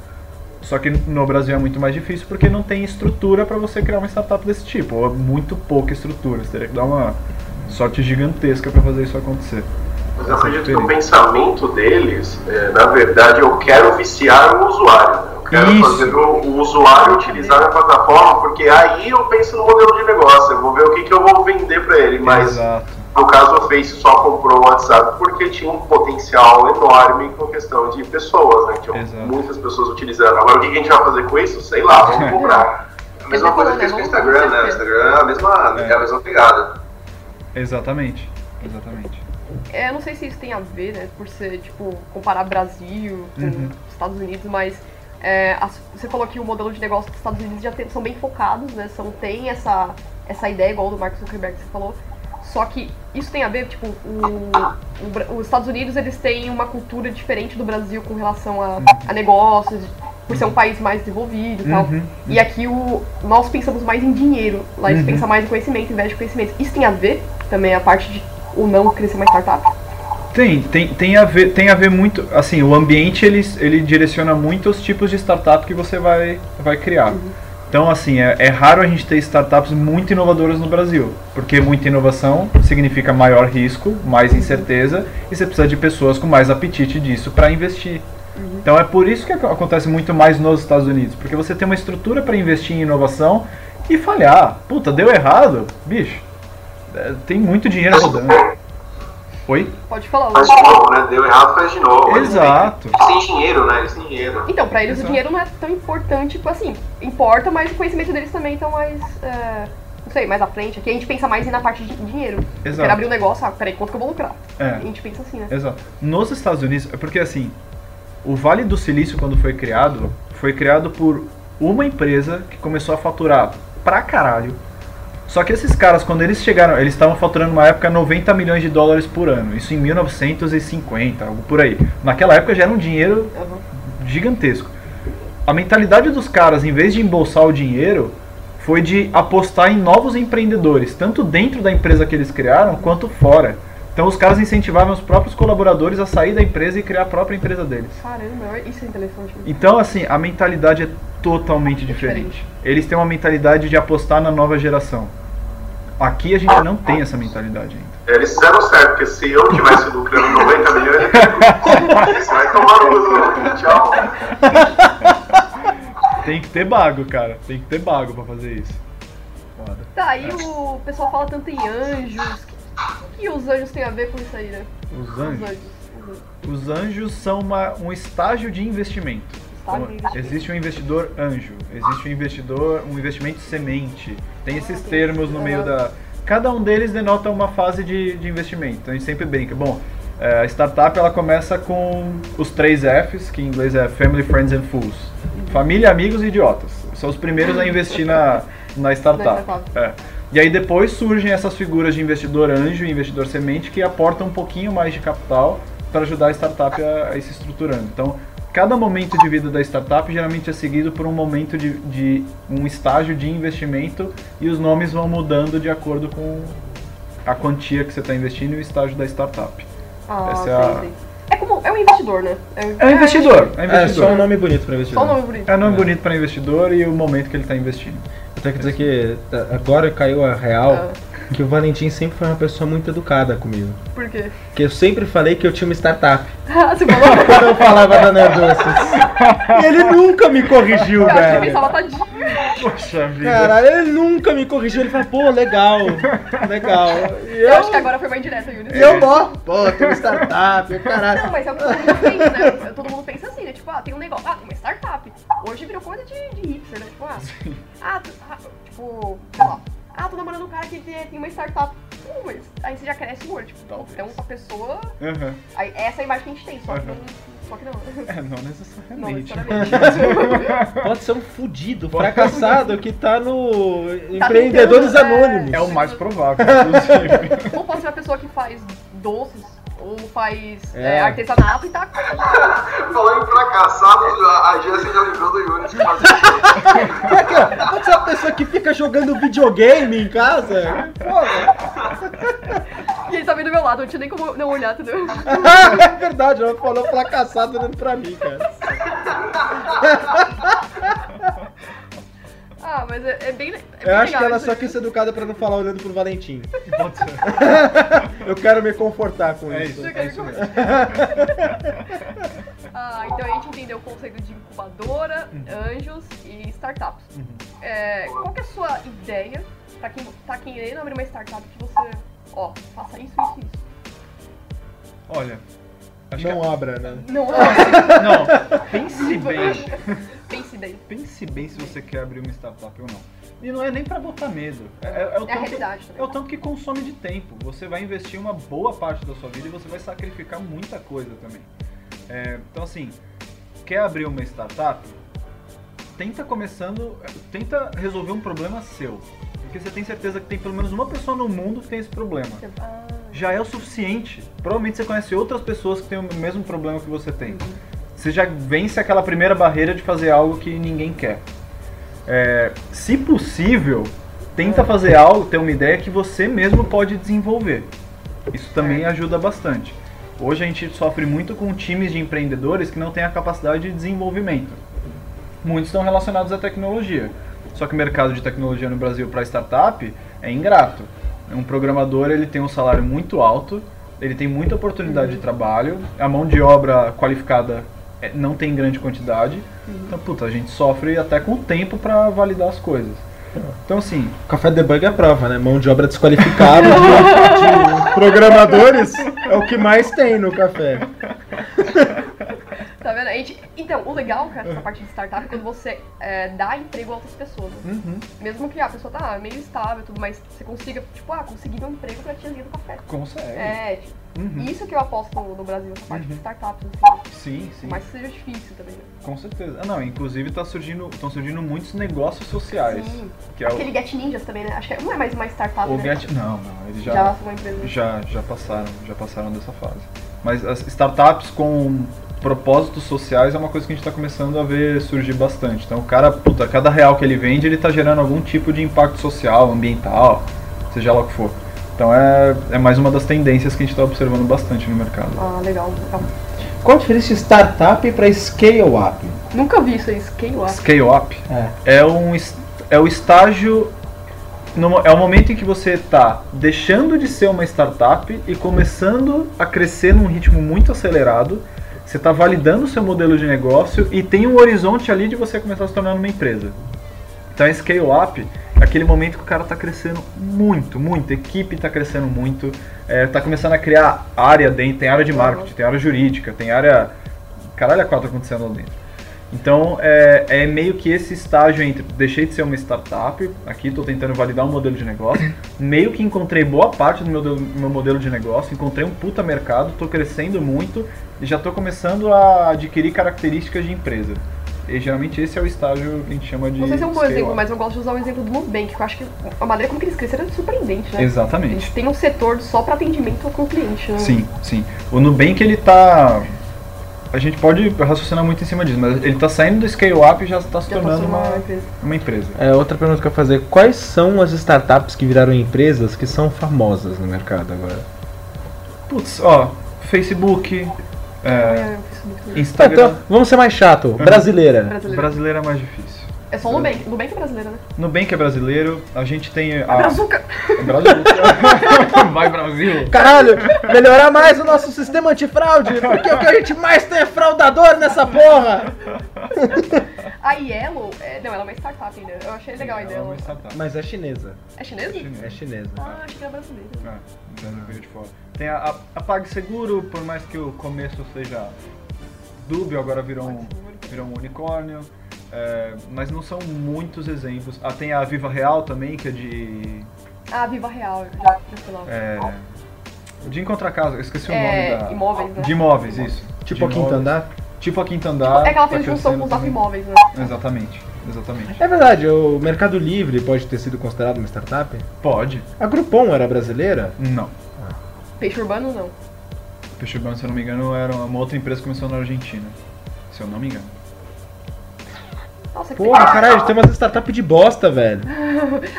D: Só que no Brasil é muito mais difícil porque não tem estrutura para você criar uma startup desse tipo. Ou é muito pouca estrutura. Você teria que dar uma sorte gigantesca para fazer isso acontecer.
B: Mas eu acredito que o pensamento deles, é, na verdade, eu quero viciar o usuário. né? Eu quero
D: Isso.
B: fazer o, o usuário utilizar a plataforma, porque aí eu penso no modelo de negócio. Eu vou ver o que, que eu vou vender para ele. Mas,
D: Exato.
B: no caso, o Face só comprou o WhatsApp porque tinha um potencial enorme com questão de pessoas, né? Tinham
D: Exato.
B: muitas pessoas utilizando. Agora, o que que a gente vai fazer com isso? Sei lá, vamos comprar. A
A: Ele
B: mesma
A: tá
B: coisa
A: falando,
B: que fez com o
A: né?
B: Instagram, né? O Instagram é a mesma,
D: É.
B: é a mesma pegada.
D: Exatamente. Exatamente.
A: É, eu não sei se isso tem a ver, né, por ser, tipo, comparar Brasil com
D: Uhum.
A: Estados Unidos, mas é, as- você falou que o modelo de negócio dos Estados Unidos já tem- são bem focados, né, são, tem essa, essa ideia igual do Mark Zuckerberg que você falou, só que isso tem a ver, tipo, o, o Bra- os Estados Unidos, eles têm uma cultura diferente do Brasil com relação a,
D: Uhum.
A: a negócios, por ser um país mais desenvolvido e tal.
D: Uhum.
A: E aqui o, nós pensamos mais em dinheiro, lá eles
D: Uhum.
A: pensam mais em conhecimento, em vez de conhecimento. Isso tem a ver também a parte de ou não crescer uma startup?
D: Tem, tem, tem a ver, tem a ver muito, assim, o ambiente ele, ele direciona muito os tipos de startup que você vai, vai criar. Então, assim, é, é raro a gente ter startups muito inovadoras no Brasil, porque muita inovação significa maior risco, mais incerteza, e você precisa de pessoas com mais apetite disso para investir. Então é por isso que ac- acontece muito mais nos Estados Unidos, porque você tem uma estrutura para investir em inovação e falhar. Puta, deu errado, bicho. é, Tem muito dinheiro rodando. Oi?
A: Pode falar.
B: Faz
A: Lu.
B: de novo, né? Deu errado, faz de novo.
D: Exato.
B: Eles têm dinheiro, né? Eles têm dinheiro.
A: Então, pra eles o
D: Exato.
A: dinheiro não é tão importante, tipo assim, importa, mas o conhecimento deles também então mais, é, não sei, mais à frente. Aqui a gente pensa mais na parte de dinheiro. Eu
D: Exato.
A: quero abrir um negócio, ah, peraí, quanto que eu vou lucrar?
D: É.
A: A gente pensa assim, né?
D: Exato. Nos Estados Unidos, é porque assim, o Vale do Silício, quando foi criado, foi criado por uma empresa que começou a faturar pra caralho. Só que esses caras, quando eles chegaram, eles estavam faturando uma época 90 milhões de dólares por ano. Isso em 1950, algo por aí. Naquela época já era um dinheiro
A: Aham.
D: gigantesco. A mentalidade dos caras, em vez de embolsar o dinheiro, foi de apostar em novos empreendedores, tanto dentro da empresa que eles criaram quanto fora. Então os caras incentivavam os próprios colaboradores a sair da empresa e criar a própria empresa deles.
A: Caramba, isso é interessante. mesmo.
D: Então, assim, a mentalidade é totalmente diferente. Eles têm uma mentalidade de apostar na nova geração. Aqui a gente não tem essa mentalidade ainda.
B: Eles fizeram certo, porque se eu tivesse lucrando 90 milhões, você vai tomar no cu, tchau.
D: Tem que ter bago, cara. Tem que ter bago pra fazer isso. Foda.
A: Tá, aí o pessoal fala tanto em anjos. O que, que os anjos têm a ver com isso aí, né?
D: Os
A: Os
D: anjos.
A: anjos.
D: Os anjos são uma- um estágio de investimento.
A: Estágio de investimento.
D: Existe um investidor anjo, existe um investidor, um investimento semente. Tem esses termos no meio da. Cada um deles denota uma fase de, de investimento. Então a gente sempre brinca. Bom, é, a startup ela começa com os três Fs, que em inglês é Family, Friends and Fools. Família, amigos e idiotas. São os primeiros a investir na, na
A: Na
D: startup.
A: startup.
D: É. E aí depois surgem essas figuras de investidor anjo e investidor semente que aportam um pouquinho mais de capital para ajudar a startup a, a ir se estruturando. Então, cada momento de vida da startup geralmente é seguido por um momento de, de um estágio de investimento e os nomes vão mudando de acordo com a quantia que você está investindo e o estágio da startup.
A: Ah,
D: Essa
A: sei,
D: é a-
A: sei. É como. É um investidor, né?
D: É um investidor, é um
C: É,
D: investidor.
C: só um nome bonito pra
A: Só o
C: investidor.
A: nome bonito.
D: É nome bonito para investidor e o momento que ele está investindo.
C: Eu tenho que dizer que tá, agora caiu a real
A: Ah.
C: que o Valentim sempre foi uma pessoa muito educada comigo.
D: É.
A: Por quê?
C: Porque eu sempre falei que eu tinha uma startup.
A: Ah, você falou?
C: Quando eu falava da Nerdosis. E ele nunca me corrigiu,
A: Cara, eu
C: velho.
A: pensava, tá tadinho.
D: Poxa vida.
C: Caralho, ele nunca me corrigiu. Ele falou, pô, legal, legal. E
A: Eu
C: eu,
A: acho que agora foi uma indireta, Yuri.
C: e eu ó, pô, tem uma startup, caralho.
A: Não, mas é o que todo mundo pensa, né? Todo mundo pensa assim, né? Tipo, ah, tem um negócio. Ah, tem uma startup. Hoje virou coisa de, de hipster, né? Tipo, ah, ah, tu- ah, tipo, sei lá. Ah, tô namorando um cara que tem tem uma startup. Hum, mas aí você já cresce humor, tipo, então a pessoa.
D: Aham.
A: Aí, essa é a imagem que a gente tem, só que não. Só que não.
D: É, não
A: Não,
D: necessariamente.
A: necessariamente.
C: Pode ser um fudido, fracassado que tá no
A: Empreendedores
C: Empreendedores
A: Anônimos.
C: Anônimos.
D: É o mais provável, inclusive.
A: Ou pode ser uma pessoa que faz doces, ou faz
C: É.
A: é, artesanato e tá.
B: Falando em fracassado, a a Jéssica lembrou do Yuri que fazia
C: Pode ser uma pessoa que fica jogando videogame em casa.
A: E ele tá vindo do meu lado, eu não tinha nem como não olhar, entendeu?
C: é verdade, ela falou fracassado olhando pra mim, cara.
A: Ah, mas é, é bem. É bem
C: Eu acho
A: legal
C: que ela
A: isso. né?
C: só quis ser educada pra não falar olhando pro Valentim.
D: Pode ser.
C: Eu quero me confortar com
D: É
C: isso.
D: isso, é isso mesmo.
A: Ah, então a gente entendeu o conceito de incubadora,
D: Uhum.
A: anjos e startups. É, qual que é a sua ideia pra quem tá querendo abrir uma startup que você, ó, faça isso, isso, isso?
D: Olha. Acho
E: é.
C: Não abra, né?
A: Não, não,
D: que. Não, pense bem.
A: pense bem.
D: Pense bem se você quer abrir uma startup ou não. E não é nem pra botar medo. É, é- é o
A: É a
D: tanto que,
A: realidade também.
D: é o tanto que consome de tempo. Você vai investir uma boa parte da sua vida e você vai sacrificar muita coisa também. É, então assim, quer abrir uma startup? Tenta começando, tenta resolver um problema seu. Porque você tem certeza que tem pelo menos uma pessoa no mundo que tem esse problema.
A: Ah,
D: já é o suficiente. Provavelmente você conhece outras pessoas que têm o mesmo problema que você tem. Você já vence aquela primeira barreira de fazer algo que ninguém quer. É, se possível, tenta fazer algo, ter uma ideia que você mesmo pode desenvolver. Isso também ajuda bastante. Hoje a gente sofre muito com times de empreendedores que não têm a capacidade de desenvolvimento. Muitos estão relacionados à tecnologia. Só que o mercado de tecnologia no Brasil para startup é ingrato. Um programador ele tem um salário muito alto, ele tem muita oportunidade
A: Uhum.
D: de trabalho, a mão de obra qualificada é, não tem grande quantidade.
A: Uhum.
D: Então, puta, a gente sofre até com o tempo para validar as coisas. Então, assim,
C: Café debug é a prova, né? Mão de obra desqualificada de, de programadores é o que mais tem no café.
A: tá vendo? A gente, então, o legal, cara,
D: Uhum.
A: dessa parte de startup é quando você é, dá emprego a outras pessoas. né?
D: Uhum.
A: Mesmo que ah, a pessoa tá meio estável e tudo, mas você consiga, tipo, ah, conseguir um emprego pra tiazinha do café.
D: consegue.
A: É, tipo,
D: Uhum.
A: isso que eu aposto no, no Brasil, essa parte de startups, assim.
D: Sim, sim.
A: Por mais que seja difícil também. né?
D: Com certeza. Ah, não, inclusive tá surgindo, estão surgindo muitos negócios sociais.
A: Sim.
D: Que é
A: Aquele
D: o,
A: Get Ninjas também, né? Acho que é- não é mais uma startup,
D: o
A: né?
D: Get. Não, não, eles
A: Já
D: já,
A: lançou uma empresa.
D: já, já passaram, já passaram dessa fase. Mas as startups com propósitos sociais é uma coisa que a gente está começando a ver surgir bastante. Então, o cara, puta, cada real que ele vende, ele está gerando algum tipo de impacto social, ambiental, seja lá o que for. Então, é, é mais uma das tendências que a gente está observando bastante no mercado.
A: Ah, legal, legal.
E: Qual a diferença de startup para scale-up?
A: Nunca vi isso aí, scale up.
D: Scale-up
E: É.
D: é, um, es- é o estágio. no mo- é o momento em que você está deixando de ser uma startup e começando a crescer num ritmo muito acelerado. Você está validando o seu modelo de negócio e tem um horizonte ali de você começar a se tornar uma empresa. Então, é scale-up é aquele momento que o cara está crescendo muito, muito, a equipe está crescendo muito, está começando a criar área dentro, tem área de marketing, tem área jurídica, tem área. Caralho, a quatro acontecendo lá dentro. Então é, é meio que esse estágio entre deixei de ser uma startup, aqui estou tentando validar um modelo de negócio, meio que encontrei boa parte do meu, do meu modelo de negócio, encontrei um puta mercado, estou crescendo muito e já estou começando a adquirir características de empresa. E geralmente esse é o estágio que a gente chama de.
A: Não sei se é um bom
D: scale-up.
A: exemplo, mas eu gosto de usar o exemplo do Nubank, que eu acho que a maneira como que eles cresceram é surpreendente, né?
D: Exatamente.
A: Eles têm um setor só pra atendimento com o cliente, né?
D: Sim, sim. O Nubank ele tá. A gente pode raciocinar muito em cima disso, mas ele tá saindo do scale-up e já está se
A: Já tá
D: tornando
A: sendo
D: uma,
A: uma empresa.
D: uma empresa.
E: É, outra pergunta que eu ia fazer, quais são as startups que viraram empresas que são famosas no mercado agora?
D: Putz, ó, Facebook, é,
A: É, o Facebook também.
E: Ah,
D: Instagram.
E: Então, vamos ser mais chato, brasileira.
A: É brasileiro.
D: Brasileiro é mais difícil.
A: É só o Nubank. Nubank é brasileiro, né?
D: Nubank é brasileiro, a gente tem. A...
A: Brazuca!
D: É Brasil. Vai Brasil!
E: Caralho, melhorar mais o nosso sistema antifraude, porque o que a gente mais tem é fraudador nessa porra!
A: A Yellow, é... não, ela é uma startup ainda. Eu achei legal a ideia. né?
D: Ela é uma
A: dela.
D: startup.
E: Mas é chinesa,
A: É chinesa?
E: é chinesa.
A: Ah, acho que é brasileira.
D: É, então veio de fora. Tem a, a, a PagSeguro, por mais que o começo seja dúbio, agora virou um, virou um unicórnio. É, mas não são muitos exemplos. Ah, tem a Viva Real também, que é de.
A: Ah, Viva Real, eu já já sei lá.
D: É, de encontrar casa, eu esqueci o
A: É,
D: nome da.
A: imóveis, né?
D: De imóveis, isso.
E: Tipo a
D: De
E: Quinta
D: imóveis.
E: Andar?
D: Tipo a Quinta Andar.
A: é que ela
D: tá
A: fez junção com os
D: crescendo
A: imóveis, né?
D: também. Exatamente, exatamente.
E: É verdade, o Mercado Livre pode ter sido considerado uma startup?
D: Pode?
E: A Groupon era brasileira?
D: Não.
A: Peixe urbano, não.
D: Peixe Urbano, se eu não me engano, era uma outra empresa que começou na Argentina. Se eu não me engano.
A: Nossa, que
E: Porra,
A: tem-
E: caralho, tem umas startups de bosta, velho.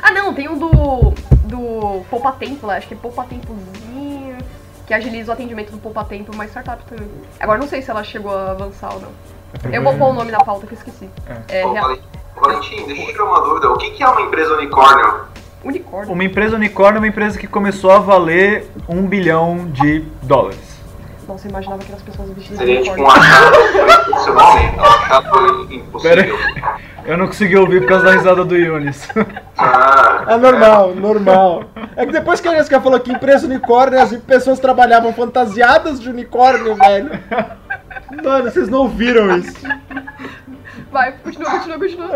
A: Ah, não, tem um do. Do Poupa Tempo lá, acho que é Poupa Tempozinho. Que agiliza o atendimento do Poupa Tempo, uma startup também. Agora não sei se ela chegou a avançar ou não.
D: É
A: Eu vou pôr o nome na pauta que eu esqueci. É,
B: Ô,
A: real-
B: Valentim, Valentim, deixa eu tirar uma dúvida. O que, que é uma empresa unicórnio?
A: Unicórnio.
D: Uma empresa unicórnio é uma empresa que começou a valer um bilhão de dólares.
A: Nossa, eu imaginava que eram as pessoas vestidas de
B: Seria tipo
A: unicórnio.
B: um achado impossível. né? Um achado
D: Pera aí.
B: impossível.
D: Eu não consegui ouvir por causa da risada do Yunis.
B: Ah,
E: É normal, normal. É que depois que a Jessica falou que empresa unicórnio, as pessoas trabalhavam fantasiadas de unicórnio, velho. Mano, vocês não ouviram isso.
A: Vai, continua, continua, continua.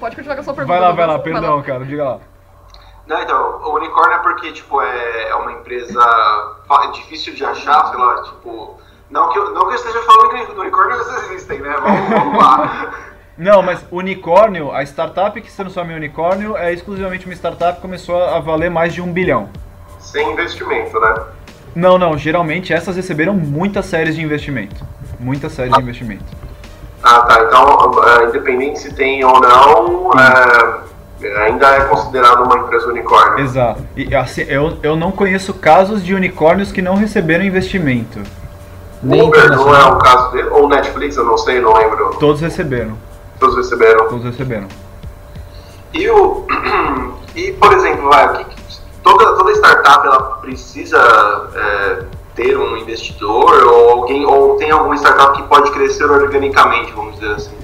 A: Pode continuar com a sua pergunta.
D: É. Vai lá, vai lá,
A: Douglas.
D: perdão, cara, diga lá.
B: Não, então, o unicórnio é porque, tipo, é, é uma empresa fa- difícil de achar, sei lá, tipo... Não que eu, não que eu esteja falando que unicórnios existem, né? Vamos, vamos lá.
D: Não, mas unicórnio, a startup que se transforma em unicórnio é exclusivamente uma startup que começou a valer mais de um bilhão.
B: Sem investimento, né?
D: Não, não, geralmente essas receberam muitas séries de investimento. Muitas séries de investimento.
B: Ah, tá. Então, ah, independente se tem ou não, ah, ainda é considerado uma empresa unicórnio.
D: Exato. E assim, eu, eu não conheço casos de unicórnios que não receberam investimento.
E: Nem
B: Uber não é
E: internacional.
B: o caso dele, ou Netflix, eu não sei, não lembro.
D: Todos receberam.
B: Todos receberam.
D: Todos receberam.
B: E o e por exemplo, vai, o que que- toda toda startup ela precisa é, ter um investidor ou alguém ou tem alguma startup que pode crescer organicamente, vamos dizer assim.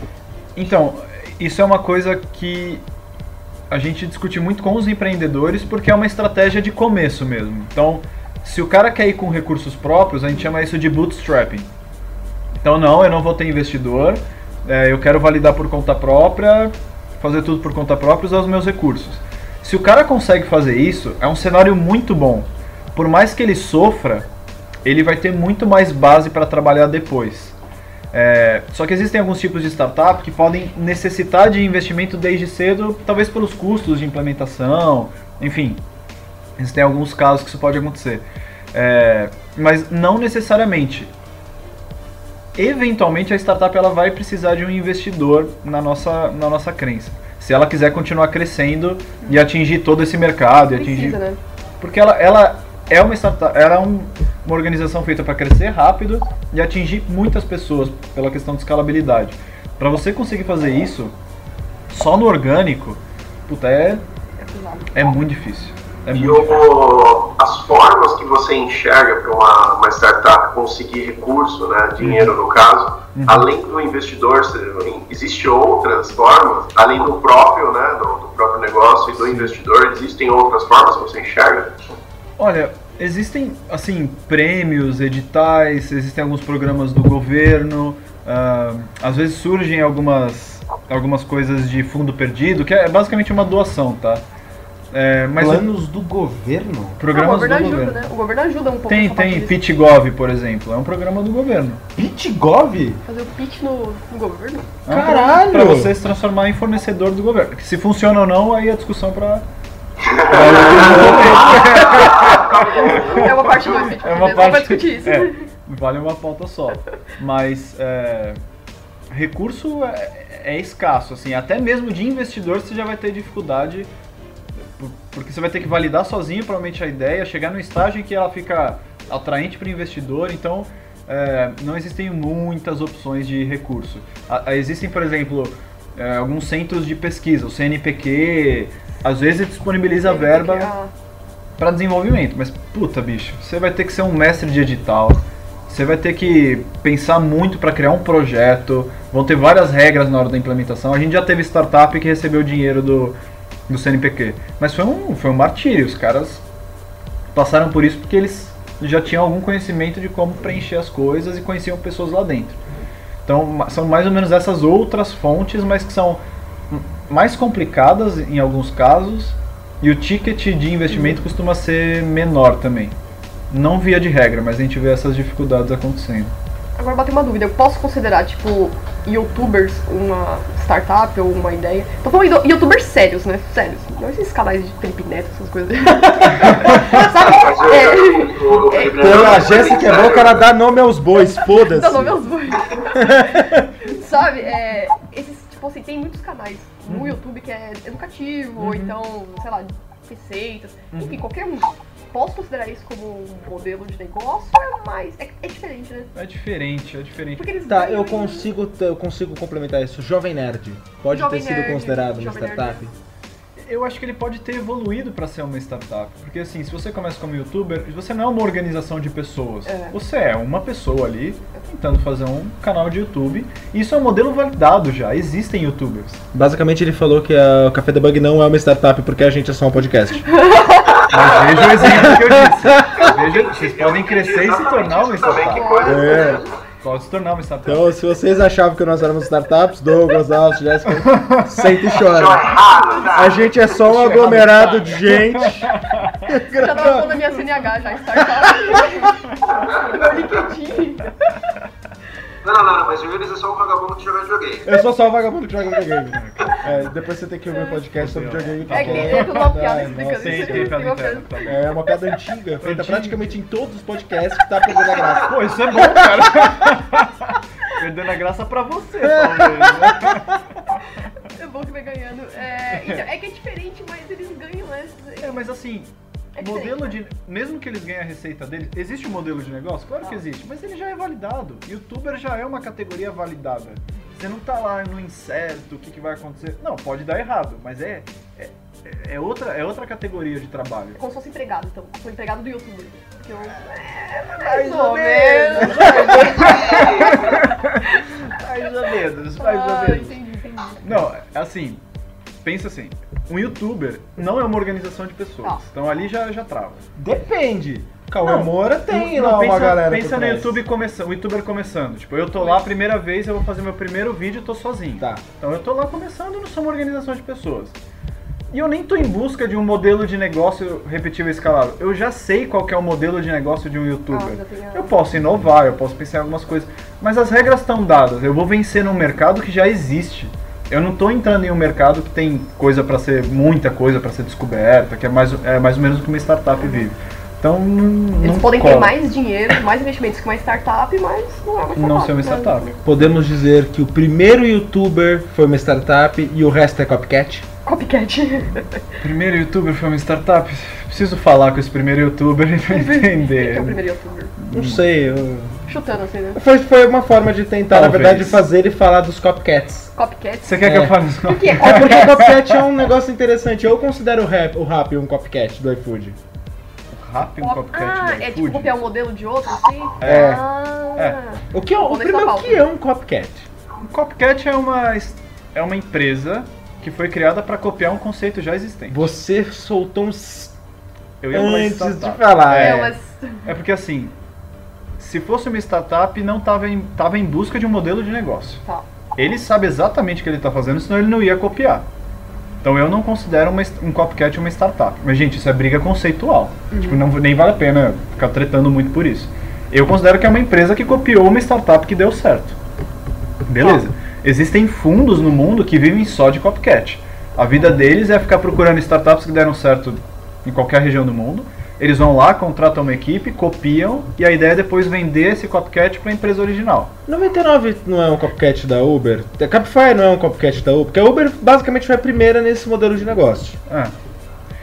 D: Então, isso é uma coisa que a gente discute muito com os empreendedores porque é uma estratégia de começo mesmo. Então, se o cara quer ir com recursos próprios, a gente chama isso de bootstrapping. Então, não, eu não vou ter investidor, é, eu quero validar por conta própria, fazer tudo por conta própria, usar os meus recursos. Se o cara consegue fazer isso, é um cenário muito bom. Por mais que ele sofra, ele vai ter muito mais base para trabalhar depois. É, só que existem alguns tipos de startup que podem necessitar de investimento desde cedo, talvez pelos custos de implementação, enfim. Existem alguns casos que isso pode acontecer. É, mas não necessariamente. eventualmente a startup ela vai precisar de um investidor na nossa, na nossa crença. Se ela quiser continuar crescendo e atingir todo esse mercado, e atingir
A: Precisa, né?
D: porque ela, ela é uma startup, ela é um- uma organização feita para crescer rápido e atingir muitas pessoas pela questão de escalabilidade. Para você conseguir fazer isso só no orgânico, puta, é,
A: É pesado.
D: é muito difícil. É
B: E
D: muito difícil.
B: o, as formas que você enxerga para uma, uma startup conseguir recurso, né, dinheiro
D: Uhum.
B: no caso, além do investidor, se- existe outras formas, além do próprio, né, do, do próprio negócio e do investidor, existem outras formas que você enxerga?
D: Olha, existem assim prêmios, editais, existem alguns programas do governo. ah, às vezes surgem algumas algumas coisas de fundo perdido, que é basicamente uma doação, tá? É, mas
E: Planos do governo?
A: Ah, o
D: programas
A: governo
D: do
A: ajuda,
D: governo.
A: né? O governo ajuda um pouco.
D: Tem,
A: essa parte
D: tem
A: de
D: PitGov, por exemplo, é um programa do governo.
E: Pitgov?
A: Fazer o pitch no, no governo.
D: É um programa
E: Caralho!
D: Pra você se transformar em fornecedor do governo. Que Se funciona ou não, aí a discussão pra.
A: É uma parte do pitch.
D: É uma
A: beleza, não vai
D: parte.
A: discutir isso.
D: é, vale uma pauta só. Mas é, recurso é, é escasso, assim. Até mesmo de investidor você já vai ter dificuldade. por- Porque você vai ter que validar sozinho, provavelmente, a ideia, chegar no estágio em que ela fica atraente para o investidor, então é, não existem muitas opções de recurso. A- a- existem, por exemplo, é, alguns centros de pesquisa, o CNPq, às vezes disponibiliza verba
A: Ah,
D: para desenvolvimento, mas puta bicho, você vai ter que ser um mestre de edital, você vai ter que pensar muito para criar um projeto, vão ter várias regras na hora da implementação. A gente já teve startup que recebeu dinheiro do, do CNPq, mas foi um, foi um martírio, os caras passaram por isso porque eles já tinham algum conhecimento de como preencher as coisas e conheciam pessoas lá dentro. Então ma- são mais ou menos essas outras fontes, mas que são m- mais complicadas em alguns casos e o ticket de investimento costuma ser menor também. Não via de regra, mas a gente vê essas dificuldades acontecendo.
A: Agora bateu uma dúvida. Eu posso considerar, tipo, youtubers uma startup ou uma ideia? Tô falando de youtubers sérios, né? Sérios. Não esses canais de Felipe Neto, essas coisas. Sabe?
B: Mas eu-
A: É.
B: eu- eu- eu-
E: Então, a
B: eu-
E: Jéssica é bom, o cara dá nome aos bois, foda-se.
A: Dá nome aos bois. Sabe? É, esses, tipo assim, tem muitos canais
D: Uhum.
A: no YouTube que é educativo, ou então, sei lá, receitas,
D: Uhum.
A: enfim, qualquer um. Posso considerar isso como um modelo de negócio? É mais. É, é diferente, né?
D: É diferente, é diferente.
A: Porque eles
E: Tá,
A: ganham
E: eu
A: em-
E: consigo, t- eu consigo complementar isso. Jovem Nerd pode
A: Jovem
E: ter sido
A: Nerd,
E: considerado uma
A: Jovem Nerd.
E: startup?
D: Eu acho que ele pode ter evoluído para ser uma startup, porque assim, se você começa como youtuber, você não é uma organização de pessoas.
A: É.
D: Você é uma pessoa ali tentando fazer um canal de YouTube. E isso é um modelo validado já. Existem youtubers.
E: Basicamente, ele falou que a- o Café da Bug não é uma startup porque a gente é só um podcast.
D: Mas veja o exemplo que eu disse. Veja, vocês podem crescer e se tornar
B: Também que
D: uma startup.
B: coisa.
E: É.
D: Pode se tornar uma startup.
E: Então, se vocês achavam que nós éramos startups, Douglas, Alves, Jéssica, senta e chora.
B: errado, tá?
E: A gente é só um aglomerado de gente.
A: Já tava falando da minha CNH já, startup. Meu LinkedIn.
B: Não, não, não, mas o Yuri é só um vagabundo que joga videogame.
E: Eu sou só o vagabundo que joga videogame. É, depois você tem que ouvir um podcast sobre videogame.
A: É que
E: porque-
A: tem toda uma piada
E: Ai,
A: explicando
D: Tem,
A: isso.
D: tem
A: tem uma
D: piada
A: piada.
D: interna.
E: É uma piada antiga, feita
D: Antiga.
E: praticamente em todos os podcasts que tá perdendo a graça.
D: Pô, isso é bom, cara. Perdendo a graça pra você, talvez. Né?
A: É bom que vai ganhando. É, então, é que é diferente, mas eles ganham, né?
D: É, mas assim,
A: É diferente,
D: modelo
A: né?
D: de. Mesmo que eles ganhem a receita deles, existe um modelo de negócio? Claro que existe, mas ele já é validado. Youtuber já é uma categoria validada. Você não tá lá no incerto, o que, que vai acontecer. Não, pode dar errado, mas é. é- é outra, é outra categoria de trabalho.
A: É como se fosse empregado, então. Eu sou empregado do youtuber. Porque eu. Mais,
D: Mais ou
A: menos.
D: Mais ou menos,
A: Ah, entendi, entendi.
D: Não, assim, pensa assim, um youtuber não é uma organização de pessoas.
A: Tá.
D: Então ali já, já trava.
E: Depende. Cauê
D: Não,
E: Moura tem
D: Não,
E: lá
D: pensa,
E: uma galera.
D: Pensa
E: por
D: no
E: trás.
D: YouTube começando, o youtuber começando. Tipo, eu tô lá a primeira vez, eu vou fazer meu primeiro vídeo, eu tô sozinho.
E: Tá.
D: Então eu tô lá começando, eu não sou uma organização de pessoas. E eu nem tô em busca de um modelo de negócio repetível e escalável. Eu já sei qual que é o modelo de negócio de um
A: Ah,
D: youtuber.
A: já tem a-
D: eu posso inovar, eu posso pensar em algumas coisas, mas as regras estão dadas. Eu vou vencer num mercado que já existe. Eu não tô entrando em um mercado que tem coisa pra ser muita coisa pra ser descoberta, que é mais é mais ou menos o que uma startup vive. Então não.
A: Eles
D: não
A: podem ter
D: cola.
A: mais dinheiro, mais investimentos que uma startup, mas não é uma startup.
D: Não ser uma
A: né?
D: startup.
C: Podemos dizer que o primeiro youtuber foi uma startup e o resto é copycat?
A: Copycat.
D: Primeiro youtuber foi uma startup? Preciso falar com esse primeiro youtuber pra
A: Quem que é o
D: entender.
A: primeiro youtuber?
C: Não sei. eu-
A: Chutando assim, né?
C: Foi, foi uma forma de tentar, na
D: Talvez.
C: verdade, fazer e falar dos copycats.
A: Copycat.
D: Você quer que
C: É.
D: eu fale os
A: O que é
C: É porque
A: copycat?
C: copycat é um negócio interessante. Eu considero o rap, o rap um copycat do iFood.
D: Rápido um
A: Cop-
D: copycat
A: Ah,
D: do
A: é tipo
D: iFood?
A: copiar um modelo de outro, assim?
C: É.
A: Ah,
D: É.
C: O que é,
A: Vou
C: o
A: ver
C: primeiro,
A: essa
C: o
A: pauta.
C: que é um copycat?
D: Um Copycat é uma, é uma empresa que foi criada pra copiar um conceito já existente.
C: Você soltou um s-
D: Eu ia falar
C: antes de
D: startup.
C: falar.
A: É,
C: É,
A: mas
D: É porque assim, se fosse uma startup, não estava em, tava em busca de um modelo de negócio.
A: Tá.
D: Ele sabe exatamente o que ele está fazendo, senão ele não ia copiar. Então eu não considero uma est- um copycat uma startup. Mas, gente, isso é briga conceitual. Tipo, não, nem vale a pena ficar tretando muito por isso. Eu considero que é uma empresa que copiou uma startup que deu certo. Beleza. Existem fundos no mundo que vivem só de copycat. A vida deles é ficar procurando startups que deram certo em qualquer região do mundo. Eles vão lá, contratam uma equipe, copiam e a ideia é depois vender esse copycat para a empresa original.
C: 99 não é um copycat da Uber. A Capify não é um copycat da Uber. Porque a Uber basicamente foi a primeira nesse modelo de negócio.
D: É.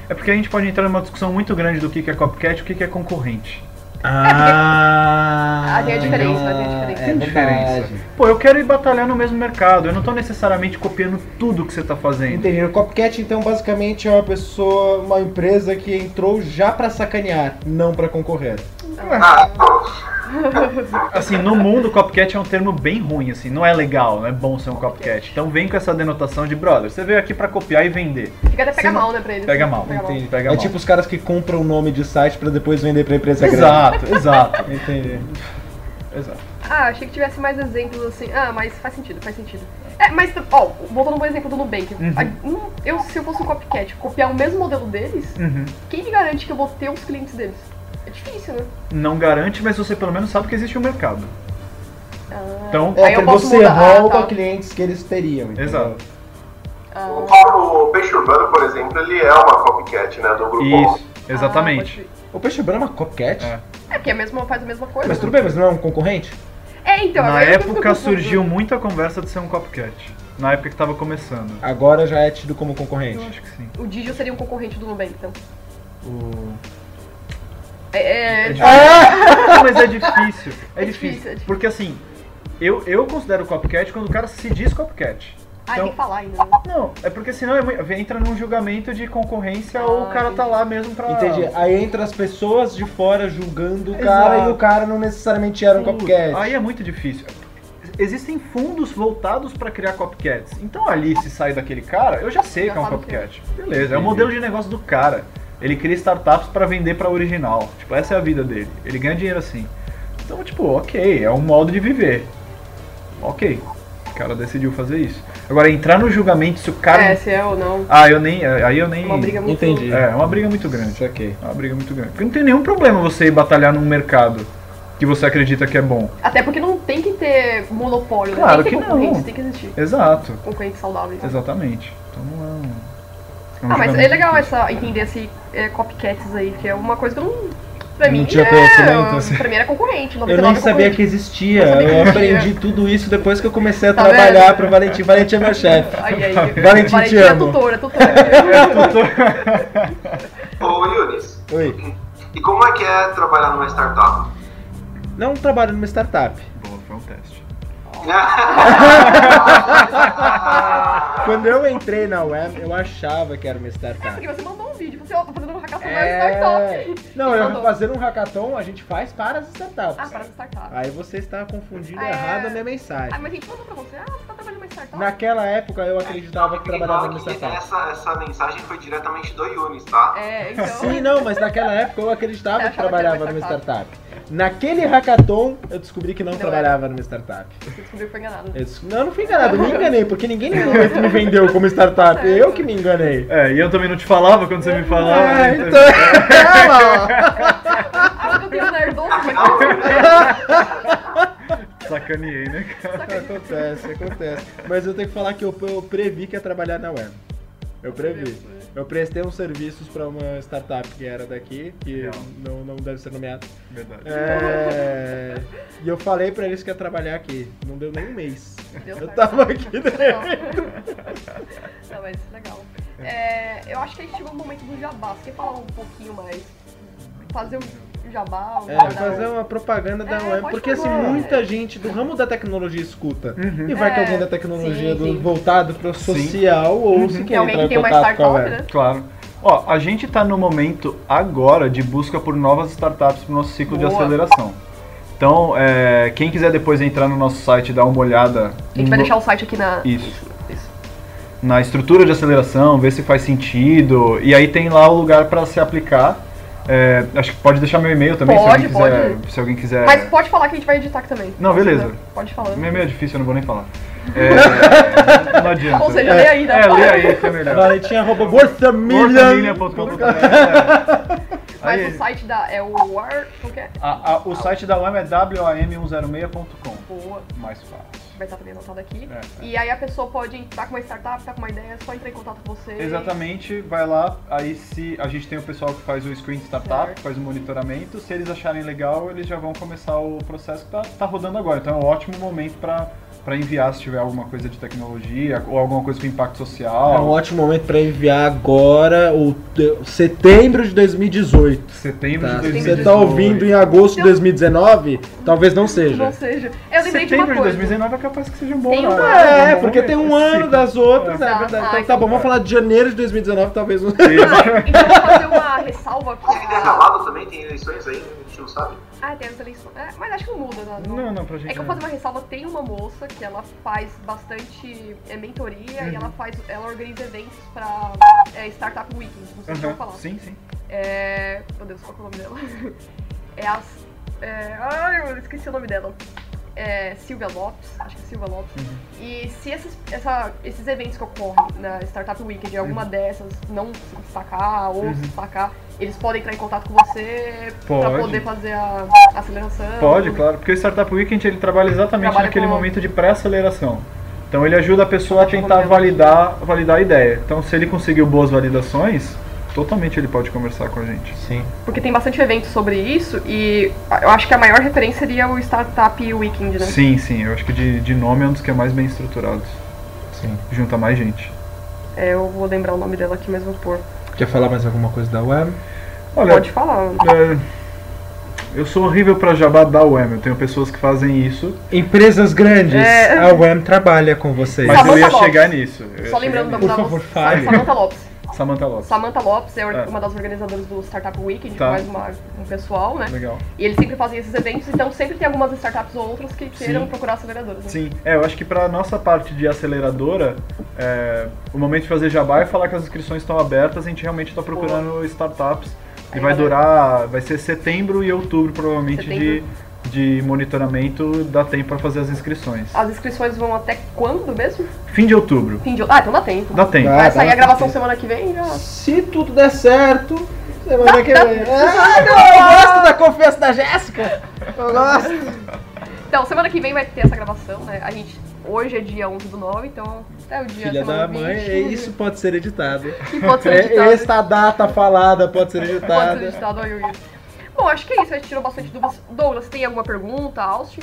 D: É porque a gente pode entrar numa discussão muito grande do que que é copycat e o que que é concorrente.
C: Ah,
A: Ah, tem a diferença, tem a diferença.
C: É verdade.
D: Pô, eu quero ir batalhar no mesmo mercado, eu não tô necessariamente copiando tudo que você tá fazendo.
E: Entendi. O Copycat, então, basicamente é uma pessoa, uma empresa que entrou já pra sacanear, não pra concorrer.
D: Assim, no mundo, copycat é um termo bem ruim, assim, não é legal, não é bom ser um copycat. Então vem com essa denotação de brother, você veio aqui pra copiar e vender.
A: fica até pega
D: Sim.
A: mal, né, pra eles.
D: Pega mal,
A: mal.
D: Pega
C: é
D: mal.
C: tipo os caras que compram o nome de site pra depois vender pra empresa grande.
D: Exato, exato,
C: Entendi.
D: exato.
A: Ah, achei que tivesse mais exemplos assim. Ah, mas faz sentido, faz sentido. É, mas, ó, voltando pro exemplo do Nubank.
D: Uhum.
A: A- hum, Eu, se eu fosse um copycat, copiar o mesmo modelo deles,
D: Uhum.
A: quem me garante que eu vou ter os clientes deles? É difícil, né?
D: Não garante, mas você pelo menos sabe que existe um mercado. Então,
E: É,
A: Aí eu posso
E: você
A: mudar,
E: rouba
A: tá.
E: clientes que eles teriam. entendeu?
D: Exato.
B: O Paulo Peixe Urbano, por exemplo, ele é uma copycat, né, do grupo.
D: isso, exatamente.
A: Ah, pode
C: O Peixe Branco é uma copycat?
D: É.
A: ser. É, porque é mesmo, faz a mesma coisa. né?
C: Mas tudo bem, mas não é um concorrente?
A: É, então,
D: Na
A: agora eu fico
D: época
A: confusa.
D: surgiu muita conversa de ser um copycat. Na época que tava começando.
C: Agora já é tido como
D: Eu
C: concorrente.
D: acho que sim.
A: O Digio seria um concorrente do Nubank, então.
D: O-
A: É,
D: É
A: é,
D: difícil. Mas é difícil. É,
A: É
D: difícil.
A: difícil, é difícil.
D: Porque assim, eu, eu considero copycat quando o cara se diz copycat.
A: Ah, tem
D: Então,
A: que falar ainda. né?
D: não, é porque senão é mui- entra num julgamento de concorrência ou o
A: Ah,
D: cara tá lá mesmo pra.
C: Entendi. Aí entra as pessoas de fora julgando o
D: Exato.
C: cara e o cara não necessariamente era um
D: Puta,
C: copycat.
D: Aí é muito difícil. Existem fundos voltados pra criar copycats. Então ali, se sai daquele cara, eu já sei
A: Já
D: que é um
A: sabe o que é.
D: copycat. Beleza, é o modelo de negócio do cara. Ele cria startups pra vender pra original. Tipo, essa é a vida dele. Ele ganha dinheiro assim. Então, tipo, ok, é um modo de viver. Ok, o cara decidiu fazer isso. Agora, entrar no julgamento se o cara.
A: É, se é ou não.
D: Ah, eu nem. Aí eu nem.
A: Uma briga muito...
C: Entendi.
D: É, é uma briga muito grande.
C: Saquei.
D: É uma briga muito grande. Porque não tem nenhum problema você ir batalhar num mercado que você acredita que é bom.
A: Até porque não tem que ter monopólio, né?
D: Claro
A: tem
D: que
A: ter
D: não.
A: concorrentes, tem que existir.
D: Exato,
A: Concorrentes saudáveis. né?
D: exatamente. Então não é um. é um
A: Ah, mas
D: julgamento
A: é legal
D: difícil.
A: essa, entender esse é, copycats aí, que é uma coisa que eu não. Pra
C: Não
A: mim,
C: tinha
A: é,
C: conhecimento, assim.
A: pra mim era concorrente. 99
C: Eu nem
A: é
C: sabia que
A: concorrente.
C: existia.
A: Não sabia que
C: Eu
A: existia.
C: aprendi tudo isso depois que eu comecei a
A: Tá
C: trabalhar
A: vendo?
C: pro Valentim. Valentim é meu chefe.
A: Aí, aí. Valentim,
C: Valentim, te
A: é
C: amo.
A: tutora, tutora.
B: Ô, Yunis,
C: Oi.
B: e como é que é trabalhar numa startup?
C: Não trabalho numa startup.
D: Boa, foi um teste.
C: Quando eu entrei na web, eu achava que era uma startup.
A: Porque você mandou um vídeo, você ó, tô fazendo um hackathon na
C: É...
A: startup.
C: Não,
A: Você
C: eu
A: mandou.
C: fazer um hackathon a gente faz para as
A: Ah,
C: startups.
A: para de startup.
C: Aí você está confundindo
A: É.
C: errado a minha
A: Ah,
C: mensagem.
A: mas a gente mandou pra você, ah, você tá trabalhando numa startup?
C: Naquela época eu acreditava que trabalhava numa startup.
B: Essa, essa mensagem foi diretamente do Yunis, tá?
A: É, então.
C: Sim, não, mas naquela época eu acreditava
A: Eu
C: que
A: achava que era
C: trabalhava
A: uma
C: numa startup. Naquele hackathon eu descobri que não,
A: Não
C: trabalhava numa startup.
A: Você descobriu que foi enganado.
C: Eu disse, não, eu não fui enganado, eu me enganei, porque ninguém no momento me vendeu como startup.
A: Certo.
C: Eu que me enganei.
D: É, e eu também não te falava quando
A: É
D: você me falava.
C: Ah,
D: né?
C: então, ela,
A: Ah, eu tenho o Nerdon,
B: Afinal,
D: Sacaneei, né, cara?
C: ó. Acontece, acontece. Mas eu tenho que falar que eu, eu previ que ia trabalhar na web. Eu previ. Eu prestei uns serviços pra uma startup que era daqui, que
D: Legal.
C: não, não deve ser nomeada.
D: Verdade.
C: É, E eu falei pra eles que ia trabalhar aqui. Não deu nem um mês.
A: Deu
C: Eu
A: certo.
C: tava aqui dentro.
A: Não. Não, mas legal. É, eu acho que a gente chegou no momento do jabá. Você quer falar um pouquinho mais? Fazer um jabá? Um
C: É,
A: jabá?
C: fazer uma propaganda da
A: É,
C: UEM,
A: pode
C: porque assim,
A: falar.
C: muita gente do ramo da tecnologia escuta. E vai que
A: É,
C: alguém da tecnologia
A: sim,
C: do,
A: sim.
C: voltado para o social ou se
A: Tem
C: quer
A: alguém
C: entrar
A: que
C: em
A: tem uma
C: contato com a
A: startup,
C: UEM.
A: né?
D: Claro. Ó, a gente está no momento agora de busca por novas startups para o nosso ciclo de
A: Boa.
D: aceleração. Então, é, quem quiser depois entrar no nosso site e dar uma olhada
A: A gente vai
D: no-
A: deixar o site aqui na.
D: Isso.
A: Isso.
D: na estrutura de aceleração, ver se faz sentido, e aí tem lá o lugar para se aplicar. É, acho que pode deixar meu e-mail também,
A: Pode,
D: se alguém quiser. Se alguém quiser.
A: Mas pode falar que a gente vai editar aqui também.
D: Não, beleza.
A: Pode falar.
D: Meu e-mail é difícil, eu não vou nem falar. É, não adianta.
A: Ou seja, lê aí, né?
D: é, lê aí que é melhor.
C: Valentinha arroba worthamillion.
D: Portamilha.com.br.
A: Mas
D: Aí.
A: o site da. É o War. Como que é?
D: A- a- o site da UAM é wam106.com.
A: Boa.
D: Mais fácil.
A: Vai estar também anotado aqui.
D: É,
A: E aí a pessoa pode entrar com uma startup, tá com uma ideia, é só entrar em contato com você.
D: Exatamente, vai lá, aí se a gente tem o pessoal que faz o screen startup,
A: Certo.
D: que faz o monitoramento, se eles acharem legal, eles já vão começar o processo que tá, tá rodando agora. Então é um ótimo momento pra pra enviar se tiver alguma coisa de tecnologia ou alguma coisa com impacto
C: É um
D: social.
C: ótimo momento para enviar agora, o te- setembro de 2018.
D: Setembro
C: Tá?
D: de
A: Setembro
C: Se você
D: 2019.
C: está ouvindo em agosto de
A: Então-
C: 2019, talvez não
A: Ou
C: seja.
A: seja, eu lembrei de uma
D: Setembro de
A: coisa.
D: 2019 é capaz que seja um bom
A: Tem um
D: horário.
C: É,
D: bom
C: porque tem um
D: momento.
C: ano das outras, é
A: Tá,
C: verdade.
A: tá,
C: Então tá bom, vamos falar de janeiro de 2019, talvez um. não
A: Ah, então eu vou fazer uma ressalva que
B: Tem
A: a...
B: intervalado também, tem eleições aí, a gente não sabe.
A: Ah, tem as eleições. É, mas acho que não muda, né?
D: Não, não, pra gente.
A: É que eu vou fazer uma ressalva, tem uma moça que ela faz bastante é, mentoria
D: Uhum.
A: e ela faz, ela organiza eventos pra é, Startup Weekend, não sei se eu vou
D: Aham,
A: falar.
D: Uhum. Sim, sim.
A: É. Meu Deus, qual que é o nome dela? É as. É... Ai, eu esqueci o nome dela. É Silvia Lopes, acho que é Silvia Lopes.
D: Uhum.
A: E se esses, essa- esses eventos que ocorrem na Startup Weekend, alguma
D: Uhum.
A: dessas não se destacar ou se destacar, eles podem entrar em contato com você pra
D: Pode.
A: poder fazer a a aceleração.
D: Pode, claro, porque o Startup Weekend ele trabalha exatamente
A: Trabalha
D: naquele
A: com-
D: momento de pré-aceleração. Então ele ajuda a pessoa a tentar validar, validar a ideia. Então se ele conseguiu boas validações, totalmente ele pode conversar com a gente.
C: Sim.
A: Porque tem bastante evento sobre isso e eu acho que a maior referência seria o Startup Weekend, né?
D: Sim, sim, eu acho que de, de nome é um dos que é mais bem estruturados.
C: Sim.
D: Junta mais gente.
A: É, eu vou lembrar o nome dela aqui, mas vou pôr.
C: Quer falar mais alguma coisa da web?
D: Olha,
A: Pode falar.
D: é, eu sou horrível pra jabá da UEM, eu tenho pessoas que fazem isso,
C: Empresas grandes,
A: É.
C: a UEM trabalha com vocês.
D: mas
A: Samantha
D: eu ia
A: Lopes.
D: chegar nisso. eu ia
A: Só
D: chegar
A: lembrando da,
D: nisso.
A: da
C: favor, fale. Ah.
A: Samantha Lopes.
D: Samantha Lopes.
A: Samantha Lopes é or-
D: É.
A: uma das organizadoras do Startup Weekend,
D: Tá.
A: mais uma, um pessoal, né?
D: Legal.
A: E eles sempre fazem esses eventos, então sempre tem algumas startups ou outras que queiram
D: Sim.
A: procurar aceleradoras. Né?
D: Sim, é, eu acho que para nossa parte de aceleradora, é, o momento de fazer jabá é falar que as inscrições estão abertas, a gente realmente está procurando startups e
A: Aí,
D: vai
A: galera.
D: durar, vai ser setembro e outubro provavelmente de,
A: Setembro.
D: de monitoramento, dá tempo para fazer as inscrições.
A: As inscrições vão até quando mesmo?
D: Fim de outubro,
A: Fim de... Ah, então dá tempo.
D: dá tempo.
C: Dá.
A: Vai
C: Ah,
A: sair a
C: dá
A: gravação
C: tempo.
A: semana que vem? Já...
C: Se tudo der certo, semana que vem. Ah, eu gosto da confiança da Jéssica! Eu gosto!
A: Então, semana que vem vai ter essa gravação, né? A gente... Hoje é dia 11 do 9, então até o dia
C: Filha
A: semana
C: da mãe, é
A: 20,
C: isso pode ser editado.
A: Que pode ser editado.
C: É, esta data falada pode ser
A: Pode ser
C: editada.
A: editado aí, Will. Bom, acho que é isso. A gente tirou bastante dúvidas. Douglas, tem alguma pergunta, Austin?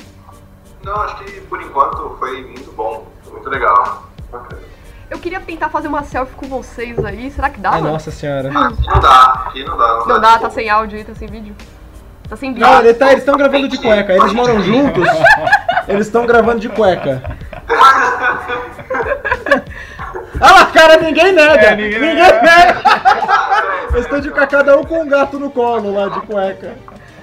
B: Não, acho que por enquanto foi muito bom, foi muito legal. Bacana.
A: Eu queria tentar fazer uma selfie com vocês aí. Será que dá,
C: Ai,
A: mano?
C: nossa senhora.
B: Aqui não dá, aqui não dá.
A: Não dá, tá sem áudio aí, tá sem vídeo. Tá sem vídeo.
C: Não, ele tá- eles estão gravando de cueca. Eles moram juntos, eles estão gravando de cueca. Olha lá, cara, ninguém nega!
D: É,
C: ninguém
D: ninguém
C: nega!
B: É,
C: Eles estão de ca- cada um com um gato no colo lá de cueca.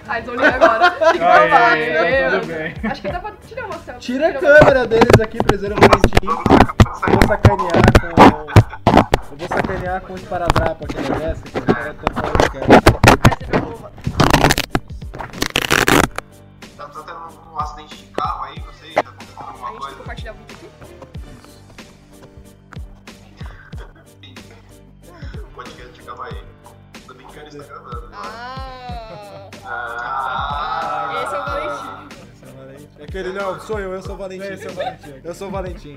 A: Ah, eles vão ligar agora. Tem que
D: Aê,
A: provar,
D: tá tudo
A: né?
D: bem.
A: Acho que dá pra tirar uma selfie.
C: Tira a câmera deles aqui, preserva bonitinho. Eu vou sacanear com. Eu vou sacanear com o esparadrapo aqui na Jéssica. os caras tão falando que é-
B: Tá, tá tendo um, um acidente de carro aí, não sei, tá acontecendo
A: A
B: alguma
A: gente
B: coisa.
A: compartilha o vídeo aqui.
B: Enfim, o podcast acaba aí. Tô brincando, está tá gravando.
A: Ah,
B: Ah,
A: esse é o Valentim.
C: Essa é uma lente.
E: Aquele, não, sou eu, eu sou o Valentim.
D: Esse é o Valentim.
E: Eu sou o Valentim.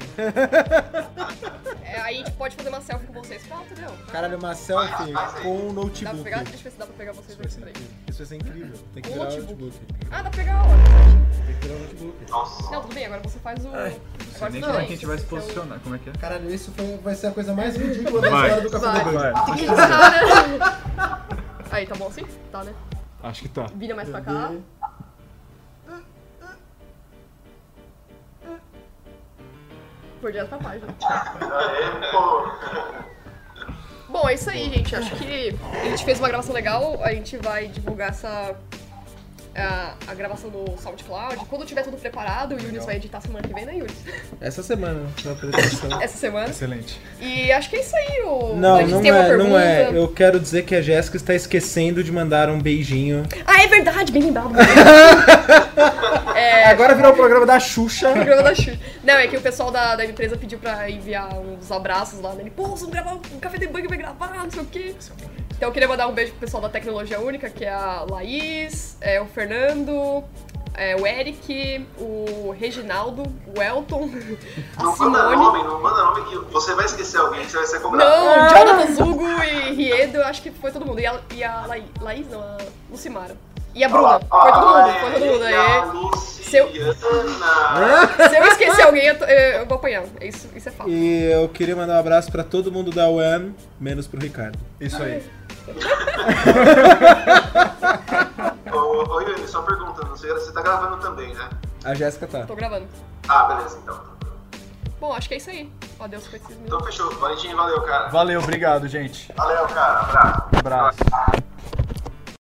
A: É, aí a gente pode fazer uma selfie com vocês. Fala, Tudão.
E: Caralho, uma selfie com o
A: Dá pra
D: Tipo,
E: notebook.
A: pegar? Deixa eu ver se dá pra pegar vocês
E: Isso vai
A: dois
E: ser
A: peraí.
E: é incrível. Isso vai ser incrível. Tem que
A: Com
E: virar o
A: notebook.
E: notebook.
A: Ah, dá pra pegar ótimo.
E: Tem que virar o notebook.
A: Não,
B: Nossa.
A: tudo bem, agora você faz o.
D: tipo, Sei nem
A: não,
D: como é que a gente vai se
A: então-
D: posicionar. Como é que é?
E: Caralho, isso foi- vai ser a coisa mais ridícula da
D: Vai.
E: história do Café
A: Vai.
E: do Banho.
A: Tem que editar, né? Aí, tá bom assim? Tá, né?
D: Acho que tá.
A: Vira mais pra cá.
C: Uhum.
A: Por direto pra página.
B: Aê, É, pô.
A: Bom, é isso aí, gente. Acho que a gente fez uma gravação legal. A gente vai divulgar essa. A, a gravação do SoundCloud. Quando tiver tudo preparado, o Yunis vai editar semana que vem, né, Yunis?
E: Essa semana, na apresentação.
A: Essa semana.
D: Excelente.
A: E acho que é isso aí. O... a
C: Não,
A: gente
C: não
A: tem uma
C: é, não é.
A: pergunta.
C: Eu quero dizer que a Jéssica está esquecendo de mandar um beijinho.
A: Ah, é verdade, bem lembrado. é,
E: Agora virou o programa da Xuxa.
A: programa da Xuxa. Não, é que o pessoal da, da empresa pediu pra enviar uns abraços lá nele. Pô, vocês vão gravar um Café de Bug, vai gravar, não sei o quê. Então eu queria mandar um beijo pro pessoal da Tecnologia Única, que é a Laís, é, o Fernando, é, o Eric, o Reginaldo, o Elton, a
B: Não manda
A: Simone.
B: nome, não manda nome que você vai esquecer alguém, você vai ser cobrado.
A: Não, Jonathan Zugo e Riedo, acho que foi todo mundo. E a, e a Laí- Laís, não, a Lucimara. E a Bruna. Foi todo mundo, foi todo mundo.
B: Olha,
A: É, Seu-
B: Luciana.
A: se eu esquecer alguém, eu, tô- eu- eu vou apanhar. Isso, isso é fato.
C: E eu queria mandar um abraço pra todo mundo da UAM, menos pro Ricardo.
D: Isso aí.
B: Ô, ô, Yuri, só perguntando, você você tá gravando também, né?
C: A Jéssica tá.
A: Tô gravando.
B: Ah, beleza, então.
A: Bom, acho que é isso aí. Adeus, 56 minutos.
B: Então fechou. Valentim, valeu, cara.
D: Valeu, obrigado, gente.
B: Valeu, cara. Abraço.
D: Abraço.